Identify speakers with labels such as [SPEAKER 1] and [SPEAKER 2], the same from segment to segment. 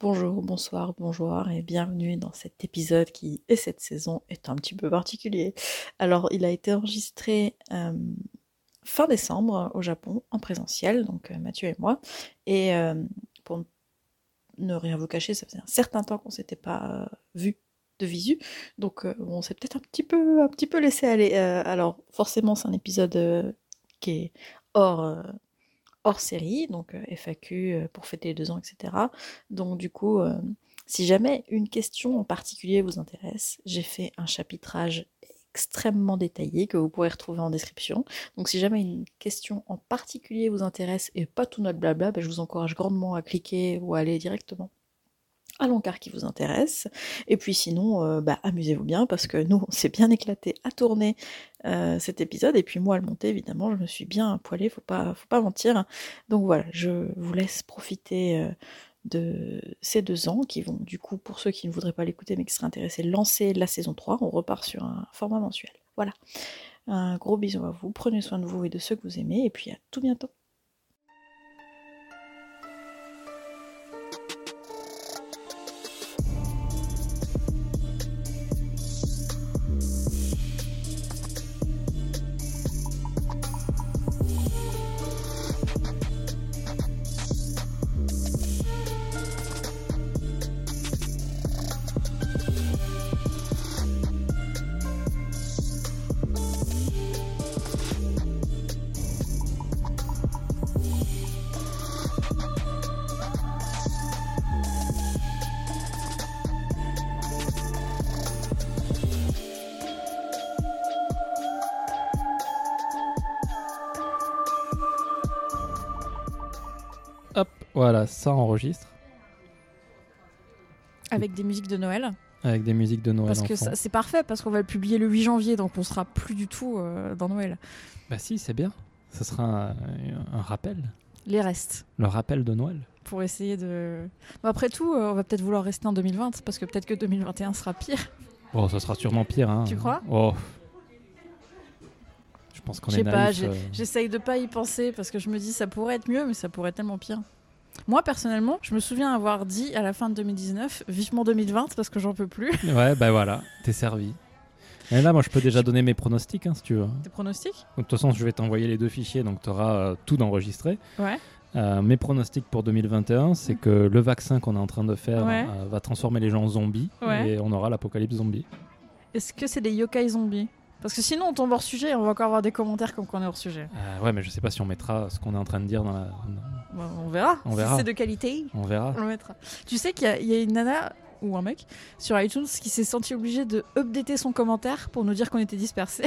[SPEAKER 1] Bonjour, bonsoir, bonjour et bienvenue dans cet épisode qui, et cette saison, est un petit peu particulier. Alors, il a été enregistré euh, fin décembre au Japon, en présentiel, donc euh, Mathieu et moi. Et euh, pour ne rien vous cacher, ça faisait un certain temps qu'on s'était pas euh, vu de visu, donc euh, on s'est peut-être un petit peu, un petit peu laissé aller. Euh, alors, forcément, c'est un épisode euh, qui est hors euh, hors série, donc euh, FAQ pour fêter les deux ans, etc. Donc du coup, euh, si jamais une question en particulier vous intéresse, j'ai fait un chapitrage extrêmement détaillé que vous pourrez retrouver en description. Donc si jamais une question en particulier vous intéresse et pas tout notre blabla, bah, je vous encourage grandement à cliquer ou à aller directement à l'encart qui vous intéresse. Et puis sinon, euh, bah, amusez-vous bien parce que nous, on s'est bien éclaté à tourner euh, cet épisode. Et puis moi, à le monter, évidemment, je me suis bien poilée, faut pas, faut pas mentir. Donc voilà, je vous laisse profiter euh, de ces deux ans qui vont, du coup, pour ceux qui ne voudraient pas l'écouter mais qui seraient intéressés, lancer la saison 3. On repart sur un format mensuel. Voilà. Un gros bisou à vous, prenez soin de vous et de ceux que vous aimez, et puis à tout bientôt.
[SPEAKER 2] Voilà, ça enregistre
[SPEAKER 3] Avec des musiques de Noël.
[SPEAKER 2] avec des musiques de Noël.
[SPEAKER 3] parce que
[SPEAKER 2] en fond.
[SPEAKER 3] ça- c'est parfait, parce qu'on va le publier le 8 janvier, donc on sera plus du tout euh, dans Noël.
[SPEAKER 2] Bah si, c'est bien. Ça sera un, un rappel,
[SPEAKER 3] Les restes.
[SPEAKER 2] le rappel de Noël.
[SPEAKER 3] Pour essayer de. Bon, après tout, euh, on va peut-être vouloir rester en 2020, parce que peut-être que 2021 sera pire.
[SPEAKER 2] Oh, ça sera sûrement pire. Hein.
[SPEAKER 3] Tu crois
[SPEAKER 2] Oh. Je pense qu'on
[SPEAKER 3] Je
[SPEAKER 2] est
[SPEAKER 3] sais pas,
[SPEAKER 2] naïf.
[SPEAKER 3] j'ai-
[SPEAKER 2] euh.
[SPEAKER 3] j'essaye de pas y penser, parce que je me dis ça pourrait être mieux, mais ça pourrait être tellement pire. Moi, personnellement, je me souviens avoir dit à la fin de 2019, vivement 2020, parce que j'en peux plus.
[SPEAKER 2] Ouais, bah voilà, t'es servi. Et là, moi, je peux déjà donner mes pronostics, hein, si tu veux. Donc,
[SPEAKER 3] Tes pronostics
[SPEAKER 2] De toute façon, je vais t'envoyer les deux fichiers, donc t'auras euh, tout d'enregistré.
[SPEAKER 3] Ouais. Mm.
[SPEAKER 2] Euh, mes pronostics pour 2021, c'est que le vaccin qu'on est en train de faire
[SPEAKER 3] Ouais.
[SPEAKER 2] euh, va transformer les gens en zombies
[SPEAKER 3] Ouais.
[SPEAKER 2] et on aura l'apocalypse zombie.
[SPEAKER 3] Est-ce que c'est des yokai zombies Parce que sinon, on tombe hors sujet, on va encore avoir des commentaires comme qu'on est hors sujet.
[SPEAKER 2] Euh, ouais, mais je sais pas si on mettra ce qu'on est en train de dire dans la.
[SPEAKER 3] Bon, on verra.
[SPEAKER 2] On
[SPEAKER 3] si
[SPEAKER 2] verra.
[SPEAKER 3] c'est de qualité,
[SPEAKER 2] On verra.
[SPEAKER 3] on le mettra. Tu sais qu'il y, a- il y a une nana ou un mec sur iTunes qui s'est senti obligé de updater son commentaire pour nous dire qu'on était dispersés.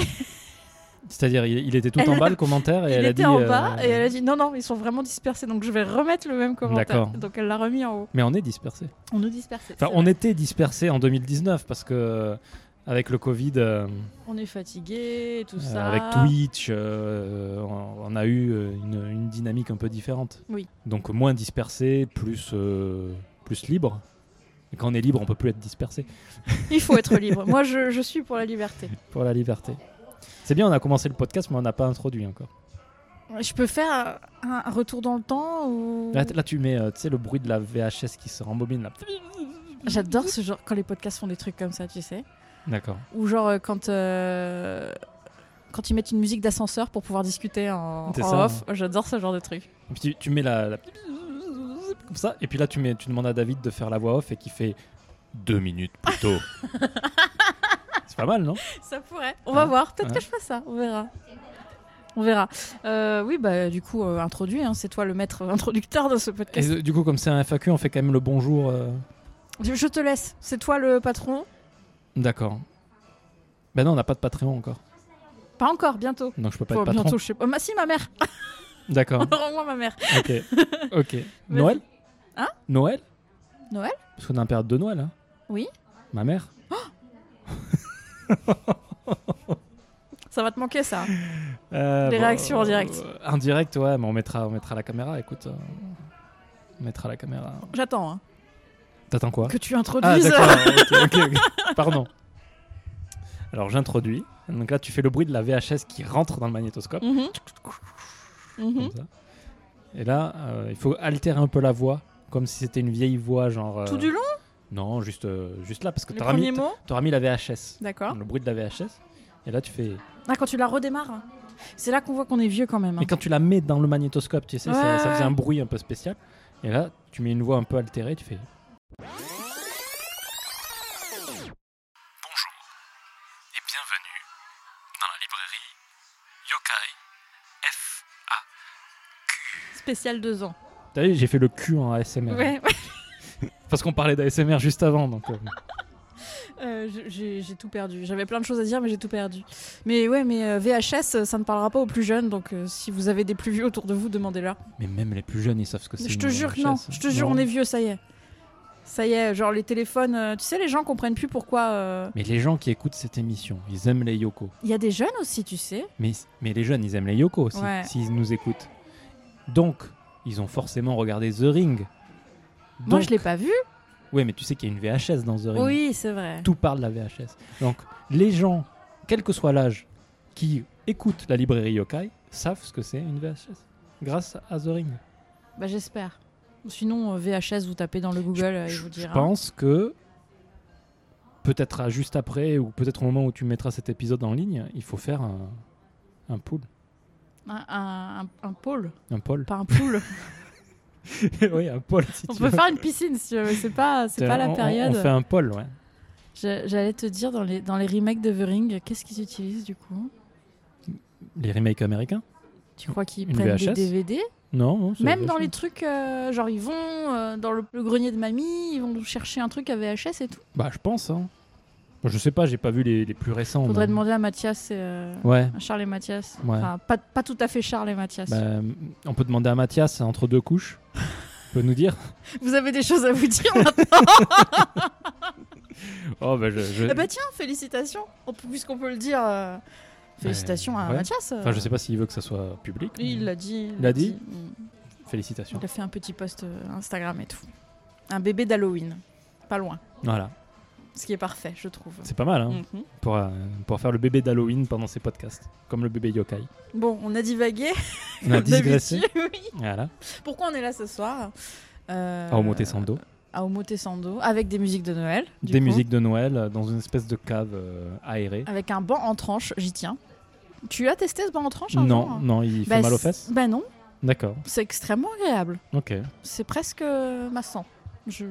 [SPEAKER 2] C'est-à-dire, il, il était tout
[SPEAKER 3] Elle
[SPEAKER 2] en
[SPEAKER 3] a-
[SPEAKER 2] bas le commentaire et
[SPEAKER 3] Il
[SPEAKER 2] elle a
[SPEAKER 3] était
[SPEAKER 2] dit.
[SPEAKER 3] en
[SPEAKER 2] euh,
[SPEAKER 3] bas et elle a dit non, non, ils sont vraiment dispersés donc je vais remettre le même commentaire.
[SPEAKER 2] D'accord.
[SPEAKER 3] Donc elle l'a remis en haut.
[SPEAKER 2] Mais on est dispersé.
[SPEAKER 3] On nous dispersait.
[SPEAKER 2] Enfin,
[SPEAKER 3] c'est
[SPEAKER 2] on
[SPEAKER 3] vrai.
[SPEAKER 2] était dispersé en 2019 parce que euh, avec le Covid, euh,
[SPEAKER 3] on est fatigué, tout
[SPEAKER 2] euh,
[SPEAKER 3] ça.
[SPEAKER 2] avec Twitch, euh, on, on a eu euh, une, une dynamique un peu différente.
[SPEAKER 3] Oui.
[SPEAKER 2] Donc moins dispersé, plus euh, plus libre. Et quand on est libre, on peut plus être dispersé
[SPEAKER 3] Il faut être libre. Moi, je, je suis pour la liberté.
[SPEAKER 2] pour la liberté. C'est bien, on a commencé le podcast, mais on n'a pas introduit encore.
[SPEAKER 3] Je peux faire un, un retour dans le temps ou.
[SPEAKER 2] Là, t- là, tu mets, euh, tu sais, le bruit de la VHS qui se rembobine là.
[SPEAKER 3] J'adore ce genre quand les podcasts font des trucs comme ça, tu sais.
[SPEAKER 2] D'accord.
[SPEAKER 3] Ou genre euh, quand, euh, quand ils mettent une musique d'ascenseur pour pouvoir discuter en,
[SPEAKER 2] C'est
[SPEAKER 3] en
[SPEAKER 2] ça.
[SPEAKER 3] off. Oh, J'adore ce genre de truc.
[SPEAKER 2] Et puis tu, tu mets la, la- comme ça, et puis là tu, mets, tu demandes à David de faire la voix off et qui fait deux minutes plus tôt. c'est pas mal, non
[SPEAKER 3] Ça pourrait. On va
[SPEAKER 2] Ouais.
[SPEAKER 3] voir. Peut-être
[SPEAKER 2] Ouais.
[SPEAKER 3] que je fasse ça. On verra. On verra. Euh, oui, bah du coup, euh, introduit. hein. C'est toi le maître introducteur de ce
[SPEAKER 2] Et
[SPEAKER 3] podcast.
[SPEAKER 2] euh, du coup, comme c'est un FAQ, on fait quand même le bonjour. euh,
[SPEAKER 3] Je je te laisse. C'est toi le patron.
[SPEAKER 2] D'accord. Ben non, on n'a pas de Patreon encore,
[SPEAKER 3] Pas encore. Bientôt.
[SPEAKER 2] donc je peux pas
[SPEAKER 3] Enfin,
[SPEAKER 2] être patron. Hein.
[SPEAKER 3] bientôt, je sais pas. Oh, bah, si, ma mère.
[SPEAKER 2] D'accord.
[SPEAKER 3] au moins ma mère.
[SPEAKER 2] ok. Ok. Noël
[SPEAKER 3] Hein
[SPEAKER 2] Noël
[SPEAKER 3] Noël
[SPEAKER 2] Parce qu'on a un période de Noël. Hein.
[SPEAKER 3] Oui.
[SPEAKER 2] Ma mère
[SPEAKER 3] Ça va te manquer ça.
[SPEAKER 2] Euh,
[SPEAKER 3] Les réactions en direct.
[SPEAKER 2] euh, En direct, ouais, mais on mettra, on mettra la caméra. Écoute, euh, on mettra la caméra.
[SPEAKER 3] J'attends hein,
[SPEAKER 2] T'attends quoi
[SPEAKER 3] que tu
[SPEAKER 2] Ah
[SPEAKER 3] introduises.
[SPEAKER 2] d'accord, ok, ok, ok. pardon. Alors j'introduis. Donc là tu fais le bruit de la VHS qui rentre dans le magnétoscope.
[SPEAKER 3] Mhm. Mhm.
[SPEAKER 2] comme ça. Et là euh, il faut euh, altérer un peu la voix comme si c'était une vieille voix, genre. euh,
[SPEAKER 3] Tout du long
[SPEAKER 2] Non, juste, euh, juste là, parce que
[SPEAKER 3] Les
[SPEAKER 2] t'auras
[SPEAKER 3] premiers
[SPEAKER 2] mis,
[SPEAKER 3] mots Ah.
[SPEAKER 2] t'auras mis la VHS,
[SPEAKER 3] D'accord.
[SPEAKER 2] le bruit de la VHS, et là tu fais.
[SPEAKER 3] Ah, quand tu la redémarres C'est là qu'on voit qu'on est vieux quand même. hein.
[SPEAKER 2] Mais quand tu la mets dans le magnétoscope, tu sais, ça,
[SPEAKER 3] Ouais,
[SPEAKER 2] ça faisait
[SPEAKER 3] ouais.
[SPEAKER 2] un bruit un peu spécial, et là tu mets une voix un peu altérée, tu fais.
[SPEAKER 4] Bonjour et bienvenue dans la librairie Yokai F.
[SPEAKER 3] Spécial 2 ans.
[SPEAKER 2] T'as vu, j'ai fait le cul en ASMR.
[SPEAKER 3] Ouais,
[SPEAKER 2] Parce qu'on parlait d'ASMR juste avant, donc. euh,
[SPEAKER 3] Euh, je- j'ai j'ai tout perdu. J'avais plein de choses à dire, mais j'ai tout perdu. Mais ouais, mais euh, VHS, euh, ça ne parlera pas aux plus jeunes, donc euh, si vous avez des plus vieux autour de vous, demandez-leur.
[SPEAKER 2] Mais même les plus jeunes, ils savent ce que c'est.
[SPEAKER 3] Je
[SPEAKER 2] une
[SPEAKER 3] te jure que non,
[SPEAKER 2] VHS.
[SPEAKER 3] je te jure,
[SPEAKER 2] hein. Non.
[SPEAKER 3] on est vieux, ça y est. Ça y est, genre les téléphones, euh, tu sais, les gens comprennent plus pourquoi. euh,
[SPEAKER 2] Mais les gens qui écoutent cette émission, ils aiment les Yoko.
[SPEAKER 3] Il y a des jeunes aussi, tu sais.
[SPEAKER 2] Mais, mais les jeunes, ils aiment les Yoko aussi,
[SPEAKER 3] Ouais.
[SPEAKER 2] s'ils nous écoutent. Donc, ils ont forcément regardé The Ring.
[SPEAKER 3] Moi,
[SPEAKER 2] Donc-
[SPEAKER 3] je l'ai pas vu.
[SPEAKER 2] Ouais, mais tu sais qu'il y a une VHS dans The Ring.
[SPEAKER 3] Oui, c'est vrai.
[SPEAKER 2] Tout parle de la VHS. Donc, les gens, quel que soit l'âge, qui écoutent la librairie Yokai, savent ce que c'est une VHS. Grâce à The Ring.
[SPEAKER 3] Bah, j'espère. Sinon, euh, VHS, vous tapez dans le Google euh, et
[SPEAKER 2] je,
[SPEAKER 3] vous
[SPEAKER 2] je
[SPEAKER 3] dira.
[SPEAKER 2] pense que peut-être à- juste après ou peut-être au moment où tu mettras cet épisode en ligne, il faut faire un, un pool,
[SPEAKER 3] Un, un, un- un pôle,
[SPEAKER 2] un poll.
[SPEAKER 3] pas un poule.
[SPEAKER 2] oui, un poll. Si
[SPEAKER 3] on
[SPEAKER 2] tu
[SPEAKER 3] peut
[SPEAKER 2] veux.
[SPEAKER 3] faire une piscine si tu veux, mais c'est pas, c'est pas la
[SPEAKER 2] On- on-
[SPEAKER 3] période.
[SPEAKER 2] On, fait un poll, ouais.
[SPEAKER 3] Je- J'allais te dire dans les, dans les remakes de The Ring, qu'est-ce qu'ils utilisent du coup
[SPEAKER 2] Les remakes américains
[SPEAKER 3] Tu crois qu'ils
[SPEAKER 2] Une
[SPEAKER 3] prennent des
[SPEAKER 2] VHS?
[SPEAKER 3] DVD
[SPEAKER 2] Non, non, c'est
[SPEAKER 3] Même dans les
[SPEAKER 2] VHS.
[SPEAKER 3] trucs, euh, genre ils vont euh, dans le, le grenier de mamie, ils vont chercher un truc à VHS et tout.
[SPEAKER 2] Bah, je pense. Hein. Je sais pas, j'ai pas vu les, les plus récents.
[SPEAKER 3] Faudrait
[SPEAKER 2] mais-
[SPEAKER 3] demander à Mathias, et, euh,
[SPEAKER 2] Ouais.
[SPEAKER 3] à Charles et Mathias.
[SPEAKER 2] Oh Ouais.
[SPEAKER 3] Enfin, pas, pas tout à fait Charles et Mathias.
[SPEAKER 2] bah, on peut demander à Mathias entre deux couches. peut nous dire.
[SPEAKER 3] Vous avez des choses à vous dire maintenant
[SPEAKER 2] Oh, bah, je. je-
[SPEAKER 3] Ah Bah tiens, félicitations, On peut- puisqu'on peut le dire. euh, Félicitations à
[SPEAKER 2] ouais.
[SPEAKER 3] Mathias. euh,
[SPEAKER 2] Enfin, je sais pas s'il veut que ça soit public.
[SPEAKER 3] Il
[SPEAKER 2] mais
[SPEAKER 3] l'a dit.
[SPEAKER 2] Il l'a dit
[SPEAKER 3] Mm.
[SPEAKER 2] Félicitations.
[SPEAKER 3] Il a fait un petit post euh, Instagram et tout. Un bébé d'Halloween. Pas loin.
[SPEAKER 2] Voilà.
[SPEAKER 3] Ce qui est parfait, je trouve.
[SPEAKER 2] C'est pas mal, hein.
[SPEAKER 3] Mhm.
[SPEAKER 2] pour, euh, pour faire le bébé d'Halloween pendant ces podcasts, comme le bébé yokai.
[SPEAKER 3] Bon, on a divagué.
[SPEAKER 2] On a
[SPEAKER 3] comme
[SPEAKER 2] digressé.
[SPEAKER 3] d'habitude, oui.
[SPEAKER 2] Voilà,
[SPEAKER 3] Pourquoi on est là ce soir Euh,
[SPEAKER 2] à Omotesando.
[SPEAKER 3] À Omotesando, avec des musiques de Noël. du
[SPEAKER 2] Des
[SPEAKER 3] coup. Ah,
[SPEAKER 2] musiques de Noël euh, dans une espèce de cave euh, aérée.
[SPEAKER 3] Avec un banc en tranche, j'y tiens. Tu as testé ce banc en tranche un jour
[SPEAKER 2] non, non, il
[SPEAKER 3] Bah,
[SPEAKER 2] fait mal aux
[SPEAKER 3] c'est-
[SPEAKER 2] fesses.
[SPEAKER 3] Bah non,
[SPEAKER 2] D'accord,
[SPEAKER 3] c'est extrêmement agréable.
[SPEAKER 2] ok,
[SPEAKER 3] C'est presque euh, massant. Je,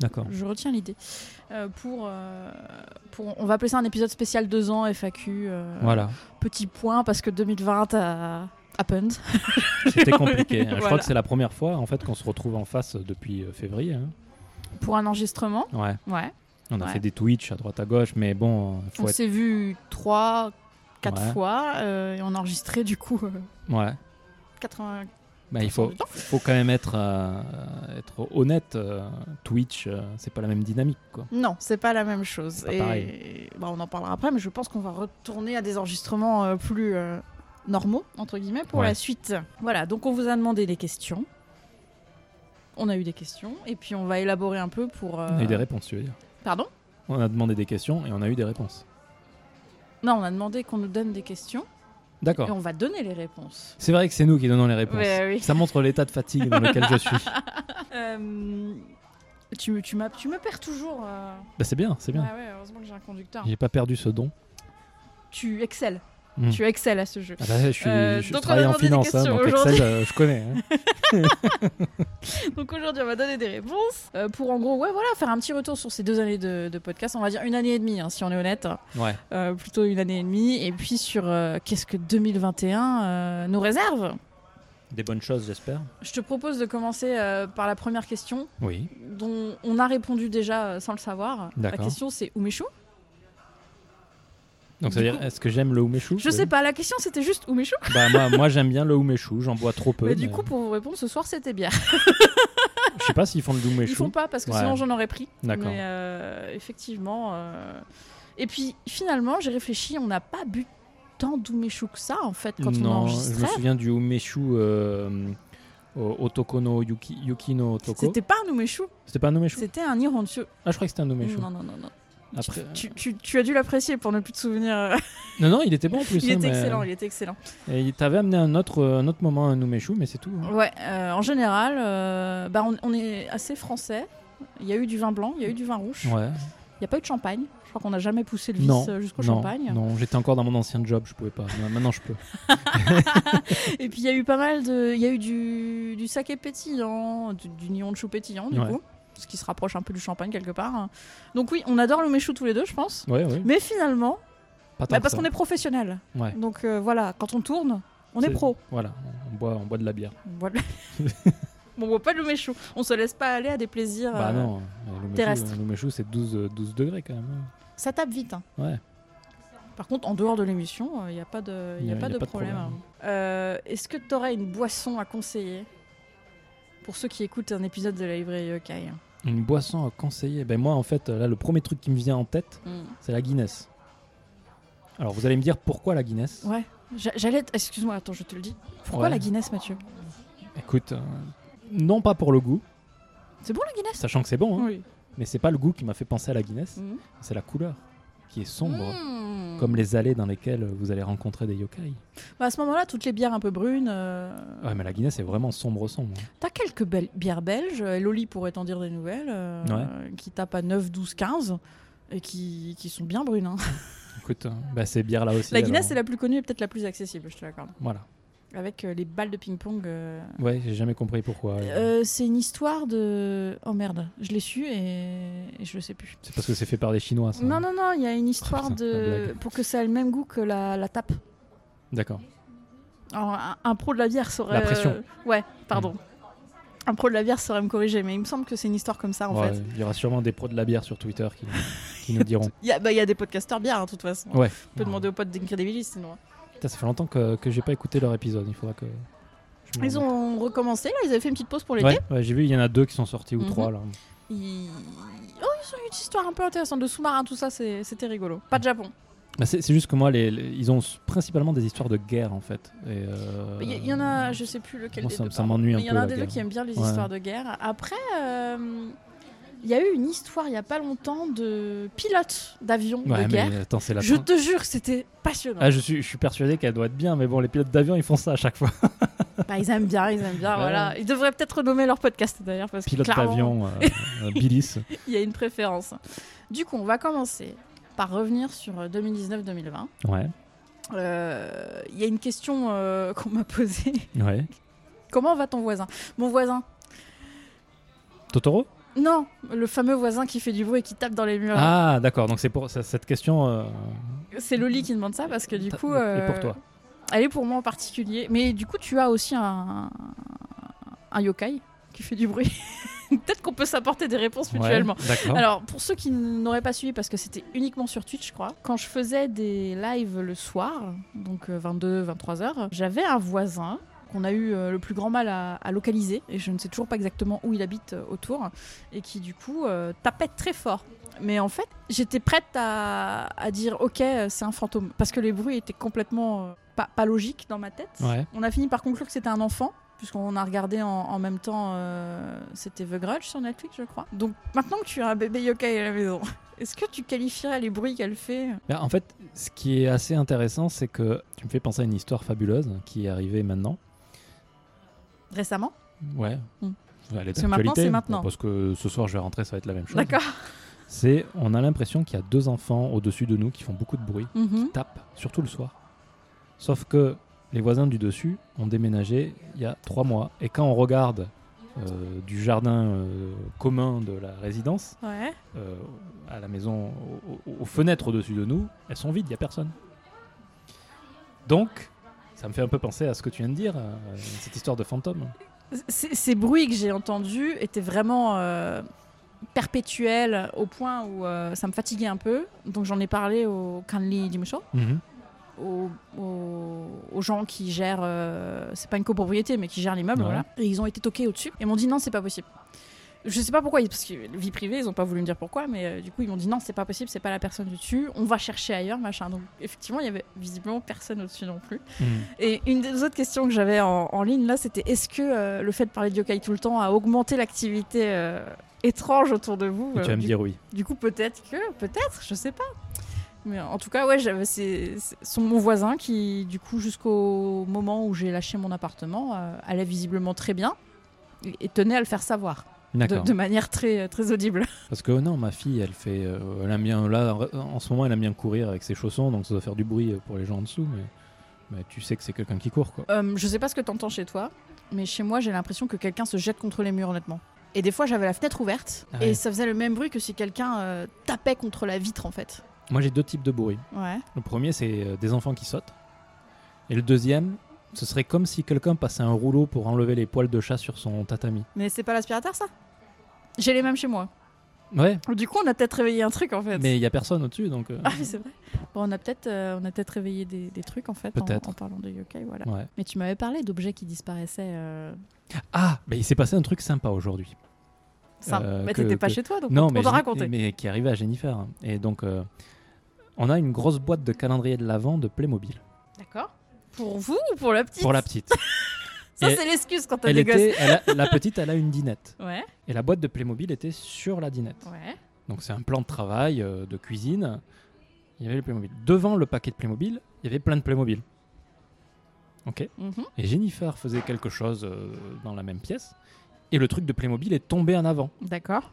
[SPEAKER 2] d'accord.
[SPEAKER 3] je retiens l'idée. Euh, pour, euh, pour, on va appeler ça un épisode spécial 2 ans FAQ. euh,
[SPEAKER 2] Voilà,
[SPEAKER 3] Petit point parce que 2020 a happened.
[SPEAKER 2] c'était compliqué. hein. Je crois
[SPEAKER 3] Voilà.
[SPEAKER 2] que c'est la première fois en fait qu'on se retrouve en face depuis euh, février. hein.
[SPEAKER 3] Pour un enregistrement,
[SPEAKER 2] Ouais,
[SPEAKER 3] ouais.
[SPEAKER 2] on a
[SPEAKER 3] Ouais.
[SPEAKER 2] fait des Twitch à droite à gauche, mais bon, euh,
[SPEAKER 3] on
[SPEAKER 2] faut être.
[SPEAKER 3] s'est vu 3, 4
[SPEAKER 2] Ouais.
[SPEAKER 3] fois euh, et on a enregistré du coup euh,
[SPEAKER 2] Ouais.
[SPEAKER 3] 80.
[SPEAKER 2] Bah, il
[SPEAKER 3] Faut
[SPEAKER 2] faut,
[SPEAKER 3] prendre le temps.
[SPEAKER 2] faut quand même être, euh, être honnête. euh, Twitch, euh, c'est pas la même dynamique. Quoi.
[SPEAKER 3] Non, c'est pas la même chose.
[SPEAKER 2] pas
[SPEAKER 3] Et bah, on en parlera après, mais je pense qu'on va retourner à des enregistrements euh, plus euh, normaux, entre guillemets, pour
[SPEAKER 2] Ouais.
[SPEAKER 3] la suite. Voilà, donc on vous a demandé des questions. On a eu des questions, et puis on va élaborer un peu pour. euh,
[SPEAKER 2] On a eu des réponses, tu veux dire.
[SPEAKER 3] Pardon
[SPEAKER 2] On a demandé des questions et on a eu des réponses.
[SPEAKER 3] Non, on a demandé qu'on nous donne des questions,
[SPEAKER 2] D'accord.
[SPEAKER 3] et on va donner les réponses.
[SPEAKER 2] C'est vrai que c'est nous qui donnons les réponses.
[SPEAKER 3] Ouais, oui.
[SPEAKER 2] Ça montre l'état de fatigue dans lequel je suis.
[SPEAKER 3] Euh, tu, me- tu, m'as- tu me perds toujours. euh.
[SPEAKER 2] Bah, c'est bien, c'est bien.
[SPEAKER 3] Ouais, ouais, heureusement que j'ai un conducteur.
[SPEAKER 2] J'ai pas perdu ce don.
[SPEAKER 3] Tu excelles.
[SPEAKER 2] Mm.
[SPEAKER 3] Tu excelles à ce jeu.
[SPEAKER 2] Ah bah, je suis,
[SPEAKER 3] Euh,
[SPEAKER 2] je
[SPEAKER 3] donc, on
[SPEAKER 2] travaille
[SPEAKER 3] a
[SPEAKER 2] en
[SPEAKER 3] demandé des
[SPEAKER 2] finance, hein,
[SPEAKER 3] questions
[SPEAKER 2] donc
[SPEAKER 3] aujourd'hui.
[SPEAKER 2] Excel, euh, je connais. hein.
[SPEAKER 3] Donc aujourd'hui, on va donner des réponses euh, pour en gros, ouais, voilà, faire un petit retour sur ces deux années de, de podcast. On va dire une année et demie, hein, si on est honnête.
[SPEAKER 2] Ouais.
[SPEAKER 3] Euh, plutôt une année et demie. Et puis sur euh, qu'est-ce que 2021 euh, nous réserve.
[SPEAKER 2] Des bonnes choses, j'espère.
[SPEAKER 3] Je te propose de commencer euh, par la première question
[SPEAKER 2] Oui.
[SPEAKER 3] dont on a répondu déjà euh, sans le savoir. La
[SPEAKER 2] D'accord.
[SPEAKER 3] question c'est Umeshu
[SPEAKER 2] Donc, ça veut
[SPEAKER 3] Du
[SPEAKER 2] dire, est-ce que j'aime le oumeshu
[SPEAKER 3] Je sais pas, la question c'était juste Umeshu.
[SPEAKER 2] Bah, moi, moi j'aime bien le oumeshu, j'en bois trop peu.
[SPEAKER 3] mais du
[SPEAKER 2] mais
[SPEAKER 3] coup, pour vous répondre, ce soir c'était bière.
[SPEAKER 2] je sais pas s'ils font le
[SPEAKER 3] Ils
[SPEAKER 2] oumeshu.
[SPEAKER 3] font pas parce que
[SPEAKER 2] Ouais.
[SPEAKER 3] sinon j'en aurais pris.
[SPEAKER 2] D'accord.
[SPEAKER 3] Mais euh, effectivement. euh, Et puis finalement, j'ai réfléchi, on n'a pas bu tant d'ouméchou que ça en fait quand on
[SPEAKER 2] non, je me
[SPEAKER 3] enregistrait.
[SPEAKER 2] souviens du oumeshu euh, au- Otoko no Yuki, Yuki no Otoko.
[SPEAKER 3] C'était pas un ouméchou,
[SPEAKER 2] C'était pas un oumeshu
[SPEAKER 3] c'était un hironshu.
[SPEAKER 2] Ah, je crois que c'était un oumeshu.
[SPEAKER 3] Non, non, non, non.
[SPEAKER 2] Après, euh,
[SPEAKER 3] Tu, tu- tu as dû l'apprécier pour ne plus te souvenir. euh,
[SPEAKER 2] Non, non, il était bon en plus.
[SPEAKER 3] il
[SPEAKER 2] hein, mais-
[SPEAKER 3] était excellent, il était excellent.
[SPEAKER 2] Et il t'avait amené un autre, euh, un autre moment à Nouméchou, mais c'est tout. hein.
[SPEAKER 3] Ouais, euh, en général, euh, bah, on, on est assez français. Il y a eu du vin blanc, il y a eu du vin rouge.
[SPEAKER 2] Ouais.
[SPEAKER 3] Il n'y a pas eu de champagne. Je crois qu'on n'a jamais poussé le vice
[SPEAKER 2] Non.
[SPEAKER 3] euh, jusqu'au
[SPEAKER 2] non,
[SPEAKER 3] champagne.
[SPEAKER 2] non, j'étais encore dans mon ancien job, je pouvais pas. Mais Maintenant, je peux.
[SPEAKER 3] Et puis il y a eu pas mal de. Il y a eu du, du saké pétillant, du, du nion de chou pétillant, du
[SPEAKER 2] Ouais.
[SPEAKER 3] coup. Ce qui se rapproche un peu du champagne quelque part. Donc oui, on adore le méchou tous les deux, je pense.
[SPEAKER 2] Ouais, ouais.
[SPEAKER 3] Mais finalement,
[SPEAKER 2] Pas tant
[SPEAKER 3] bah, parce
[SPEAKER 2] que ça.
[SPEAKER 3] qu'on est professionnel.
[SPEAKER 2] Ouais.
[SPEAKER 3] Donc euh, voilà, quand on tourne, on est
[SPEAKER 2] C'est-
[SPEAKER 3] pro.
[SPEAKER 2] Voilà, on- on boit, on boit de la bière.
[SPEAKER 3] On boit de la- on boit pas de méchou. On se laisse pas aller à des plaisirs.
[SPEAKER 2] Bah
[SPEAKER 3] euh,
[SPEAKER 2] non, euh, le
[SPEAKER 3] terrestre.
[SPEAKER 2] Méchou- le Méchou, c'est 12, euh, 12 degrés quand même. hein.
[SPEAKER 3] Ça tape vite. hein.
[SPEAKER 2] Ouais.
[SPEAKER 3] Par contre, en dehors de l'émission, il n'y a pas de, y a pas de problème. Euh, Est-ce que tu aurais une boisson à conseiller pour ceux qui écoutent un épisode de la librairie Yokai hein
[SPEAKER 2] Une boisson à conseiller. Ben moi, en fait, là, le premier truc qui me vient en tête, c'est la Guinness. Alors, vous allez me dire pourquoi la Guinness
[SPEAKER 3] Ouais. J'a- J'allais. t- Excuse-moi, attends, je te le dis. Pourquoi
[SPEAKER 2] Ouais.
[SPEAKER 3] la Guinness, Mathieu
[SPEAKER 2] Écoute, euh, non pas pour le goût,
[SPEAKER 3] C'est bon la Guinness
[SPEAKER 2] sachant que c'est bon, hein,
[SPEAKER 3] Oui.
[SPEAKER 2] mais c'est pas le goût qui m'a fait penser à la Guinness,
[SPEAKER 3] Mhm.
[SPEAKER 2] c'est la couleur qui est sombre,
[SPEAKER 3] Mmh.
[SPEAKER 2] Mm. hein. comme les allées dans lesquelles vous allez rencontrer des yokai.
[SPEAKER 3] Bah, à ce moment-là, toutes les bières un peu brunes. euh,
[SPEAKER 2] Ouais, mais la Guinness est vraiment sombre sombre. hein.
[SPEAKER 3] T'as quelques belles bières belges, euh, Loli pourrait t'en dire des nouvelles, euh,
[SPEAKER 2] Ouais.
[SPEAKER 3] qui tapent à 9, 12, 15 et qui, qui sont bien brunes. hein.
[SPEAKER 2] Écoute, euh, bah, ces bières là aussi.
[SPEAKER 3] La Guinness,
[SPEAKER 2] alors,
[SPEAKER 3] c'est la plus connue et peut-être la plus accessible, je te l'accorde.
[SPEAKER 2] Voilà.
[SPEAKER 3] Avec euh, les balles de ping-pong. euh.
[SPEAKER 2] Ouais, j'ai jamais compris pourquoi.
[SPEAKER 3] Euh, c'est une histoire de. Oh merde, je l'ai su et... et je le sais plus.
[SPEAKER 2] C'est parce que c'est fait par des Chinois. ça. hein.
[SPEAKER 3] Non, non, non, il y a une histoire
[SPEAKER 2] putain, la
[SPEAKER 3] de.
[SPEAKER 2] blague.
[SPEAKER 3] pour que ça ait le même goût que la, la tape.
[SPEAKER 2] D'accord.
[SPEAKER 3] Alors, un, un pro de la bière saurait.
[SPEAKER 2] La pression.
[SPEAKER 3] euh, Ouais, pardon. Un pro de la bière saurait me corriger, mais il me semble que c'est une histoire comme ça en
[SPEAKER 2] Ouais,
[SPEAKER 3] fait.
[SPEAKER 2] Il y aura sûrement des pros de la bière sur Twitter qui, qui nous diront.
[SPEAKER 3] Il y, a- bah, il y a des podcasteurs bières, hein, de toute façon.
[SPEAKER 2] Ouais.
[SPEAKER 3] On peut demander aux potes d'Incredibilis sinon. hein.
[SPEAKER 2] Putain, ça fait longtemps que, que j'ai pas écouté leur épisode. Il faudra que. je me
[SPEAKER 3] Ah, Ils
[SPEAKER 2] remette.
[SPEAKER 3] ont recommencé, là, ils avaient fait une petite pause pour l'été.
[SPEAKER 2] Ouais, ouais, j'ai vu, il y en a deux qui sont sortis ou
[SPEAKER 3] Mhm.
[SPEAKER 2] trois là.
[SPEAKER 3] Ils... Oh, ils ont eu une histoire un peu intéressante de sous-marin, tout ça, c'est- c'était rigolo. Pas de Japon.
[SPEAKER 2] Bah, c'est, c'est juste que moi, les, les- ils ont s- principalement des histoires de guerre en fait. Et, euh,
[SPEAKER 3] Il y, il y en a, je sais plus lequel
[SPEAKER 2] moi,
[SPEAKER 3] des
[SPEAKER 2] ça,
[SPEAKER 3] deux.
[SPEAKER 2] ça
[SPEAKER 3] pardon.
[SPEAKER 2] m'ennuie un
[SPEAKER 3] Mais
[SPEAKER 2] peu.
[SPEAKER 3] il y en a un
[SPEAKER 2] la
[SPEAKER 3] des deux
[SPEAKER 2] guerre.
[SPEAKER 3] qui aime bien les
[SPEAKER 2] Ouais.
[SPEAKER 3] histoires de guerre. Après, euh, il y a eu une histoire il y a pas longtemps de pilote d'avion
[SPEAKER 2] Ouais,
[SPEAKER 3] de
[SPEAKER 2] mais
[SPEAKER 3] guerre.
[SPEAKER 2] attends, c'est la
[SPEAKER 3] Je
[SPEAKER 2] fin.
[SPEAKER 3] te jure, que c'était passionnant.
[SPEAKER 2] Ah, je suis, je suis persuadé qu'elle doit être bien, mais bon, les pilotes d'avion, ils font ça à chaque fois.
[SPEAKER 3] Bah, ils aiment bien, ils aiment bien.
[SPEAKER 2] Ouais.
[SPEAKER 3] Voilà, ils devraient peut-être renommer leur podcast d'ailleurs parce que
[SPEAKER 2] Pilote
[SPEAKER 3] clairement,
[SPEAKER 2] d'avion, euh, euh, Bilis.
[SPEAKER 3] il y a une préférence. Du coup, on va commencer par revenir sur euh, 2019-2020.
[SPEAKER 2] Ouais,
[SPEAKER 3] Euh, Il y a une question euh, qu'on m'a posée.
[SPEAKER 2] ouais.
[SPEAKER 3] Comment va ton voisin Mon voisin
[SPEAKER 2] Totoro
[SPEAKER 3] Non, le fameux voisin qui fait du bruit et qui tape dans les murs.
[SPEAKER 2] Ah, d'accord. Donc c'est pour ça- cette question. euh,
[SPEAKER 3] C'est Loli qui demande ça parce que du
[SPEAKER 2] ta-
[SPEAKER 3] coup.
[SPEAKER 2] est pour
[SPEAKER 3] euh,
[SPEAKER 2] toi.
[SPEAKER 3] Elle est pour moi en particulier. Mais du coup, tu as aussi un, un yokai qui fait du bruit. Peut-être qu'on peut s'apporter des réponses
[SPEAKER 2] Ouais,
[SPEAKER 3] mutuellement.
[SPEAKER 2] D'accord.
[SPEAKER 3] Alors, pour ceux qui n'auraient pas suivi, parce que c'était uniquement sur Twitch, je crois, quand je faisais des lives le soir, donc 22-23 heures, j'avais un voisin qu'on a eu euh, le plus grand mal à, à localiser, et je ne sais toujours pas exactement où il habite euh, autour, et qui du coup euh, tapait très fort. Mais en fait, j'étais prête à, à dire ok, euh, c'est un fantôme, parce que les bruits étaient complètement euh, pas, pas logiques dans ma tête.
[SPEAKER 2] Ouais.
[SPEAKER 3] On a fini par conclure que c'était un enfant, puisqu'on a regardé en, en même temps, euh, c'était The Grudge sur Netflix, je crois. Donc maintenant que tu as un bébé yokai à la maison, est-ce que tu qualifierais les bruits qu'elle fait euh,
[SPEAKER 2] Bah, en fait, ce qui est assez intéressant, c'est que tu me fais penser à une histoire fabuleuse qui est arrivée maintenant.
[SPEAKER 3] récemment
[SPEAKER 2] Ouais.
[SPEAKER 3] Mm.
[SPEAKER 2] Elle est
[SPEAKER 3] C'est maintenant,
[SPEAKER 2] d'actualité.
[SPEAKER 3] c'est maintenant.
[SPEAKER 2] Bon, parce que ce soir, je vais rentrer, ça va être la même chose.
[SPEAKER 3] D'accord.
[SPEAKER 2] C'est, on a l'impression qu'il y a deux enfants au-dessus de nous qui font beaucoup de bruit,
[SPEAKER 3] Mhm.
[SPEAKER 2] tapent, surtout le soir. Sauf que les voisins du dessus ont déménagé il y a trois mois. Et quand on regarde euh, du jardin euh, commun de la résidence,
[SPEAKER 3] Ouais.
[SPEAKER 2] euh, à la maison, au- au- aux, fenêtres au-dessus de nous, elles sont vides, il n'y a personne. Donc, ça me fait un peu penser à ce que tu viens de dire, euh, cette histoire de fantôme.
[SPEAKER 3] C- Ces bruits que j'ai entendus étaient vraiment euh, perpétuels au point où euh, ça me fatiguait un peu. Donc j'en ai parlé au Kanli Dimusho.
[SPEAKER 2] Mhm.
[SPEAKER 3] aux, aux- aux gens qui gèrent, euh, c'est pas une copropriété, mais qui gèrent l'immeuble,
[SPEAKER 2] Ouais.
[SPEAKER 3] voilà. Et ils ont été toqués au-dessus et m'ont dit non, c'est pas possible. Je sais pas pourquoi, parce que vie privée, ils ont pas voulu me dire pourquoi, mais euh, du coup, ils m'ont dit non, c'est pas possible, c'est pas la personne du dessus, on va chercher ailleurs, machin. Donc, effectivement, il y avait visiblement personne au-dessus non plus.
[SPEAKER 2] Hmm.
[SPEAKER 3] Et une des autres questions que j'avais en, en ligne là, c'était est-ce que euh, le fait de parler de yokai tout le temps a augmenté l'activité euh, étrange autour de vous
[SPEAKER 2] Et tu
[SPEAKER 3] Euh,
[SPEAKER 2] vas me
[SPEAKER 3] du,
[SPEAKER 2] dire oui.
[SPEAKER 3] du coup, peut-être que, peut-être, je sais pas. Mais en tout cas, ouais, j'avais c'est c'est- son mon voisin qui, du coup, jusqu'au moment où j'ai lâché mon appartement, euh, allait visiblement très bien et, et tenait à le faire savoir de,
[SPEAKER 2] D'accord.
[SPEAKER 3] de manière très très audible.
[SPEAKER 2] Parce que non, ma fille, elle fait, euh, elle aime bien là en- en ce moment, elle aime bien courir avec ses chaussons, donc ça doit faire du bruit pour les gens en dessous, mais, mais tu sais que c'est quelqu'un qui court quoi.
[SPEAKER 3] Euh, je sais pas ce que t'entends chez toi, mais chez moi, j'ai l'impression que quelqu'un se jette contre les murs, honnêtement. Et des fois, j'avais la fenêtre ouverte
[SPEAKER 2] Ah
[SPEAKER 3] et
[SPEAKER 2] ouais.
[SPEAKER 3] ça faisait le même bruit que si quelqu'un euh, tapait contre la vitre, en fait.
[SPEAKER 2] Moi, j'ai deux types de bruits.
[SPEAKER 3] Ouais.
[SPEAKER 2] Le premier, c'est euh, des enfants qui sautent, et le deuxième, ce serait comme si quelqu'un passait un rouleau pour enlever les poils de chat sur son tatami.
[SPEAKER 3] Mais c'est pas l'aspirateur, ça J'ai les mêmes chez moi.
[SPEAKER 2] Ouais.
[SPEAKER 3] Du coup, on a peut-être réveillé un truc, en fait.
[SPEAKER 2] Mais il y a personne au-dessus, donc. euh,
[SPEAKER 3] Ah, mais c'est vrai. Bon, on a peut-être euh, on a peut-être réveillé des, des trucs, en fait, en,
[SPEAKER 2] Peut-être.
[SPEAKER 3] en parlant de yokai, voilà.
[SPEAKER 2] Ouais.
[SPEAKER 3] Mais tu m'avais parlé d'objets qui disparaissaient. euh,
[SPEAKER 2] Ah, mais il s'est passé un truc sympa aujourd'hui.
[SPEAKER 3] ça.
[SPEAKER 2] Euh,
[SPEAKER 3] bah,
[SPEAKER 2] que-
[SPEAKER 3] t'étais pas
[SPEAKER 2] que-
[SPEAKER 3] chez toi, donc
[SPEAKER 2] non,
[SPEAKER 3] on,
[SPEAKER 2] mais,
[SPEAKER 3] on t'a
[SPEAKER 2] Jenny-
[SPEAKER 3] raconté.
[SPEAKER 2] mais qui est arrivé à Jennifer. hein. Et donc, euh, on a une grosse boîte de calendrier de l'Avent de Playmobil
[SPEAKER 3] D'accord. Pour vous ou pour la petite
[SPEAKER 2] pour la petite.
[SPEAKER 3] Ça,
[SPEAKER 2] Et
[SPEAKER 3] c'est l'excuse quand t'as
[SPEAKER 2] elle
[SPEAKER 3] des gosses.
[SPEAKER 2] était, elle a- la petite, elle a une dinette.
[SPEAKER 3] Ouais,
[SPEAKER 2] Et la boîte de Playmobil était sur la dinette.
[SPEAKER 3] ouais.
[SPEAKER 2] Donc, c'est un plan de travail, euh, de cuisine. Il y avait les Playmobil. Devant le paquet de Playmobil, il y avait plein de Playmobil. Ok.
[SPEAKER 3] Mhm.
[SPEAKER 2] Et Jennifer faisait quelque chose euh, dans la même pièce. Et le truc de Playmobil est tombé en avant.
[SPEAKER 3] D'accord.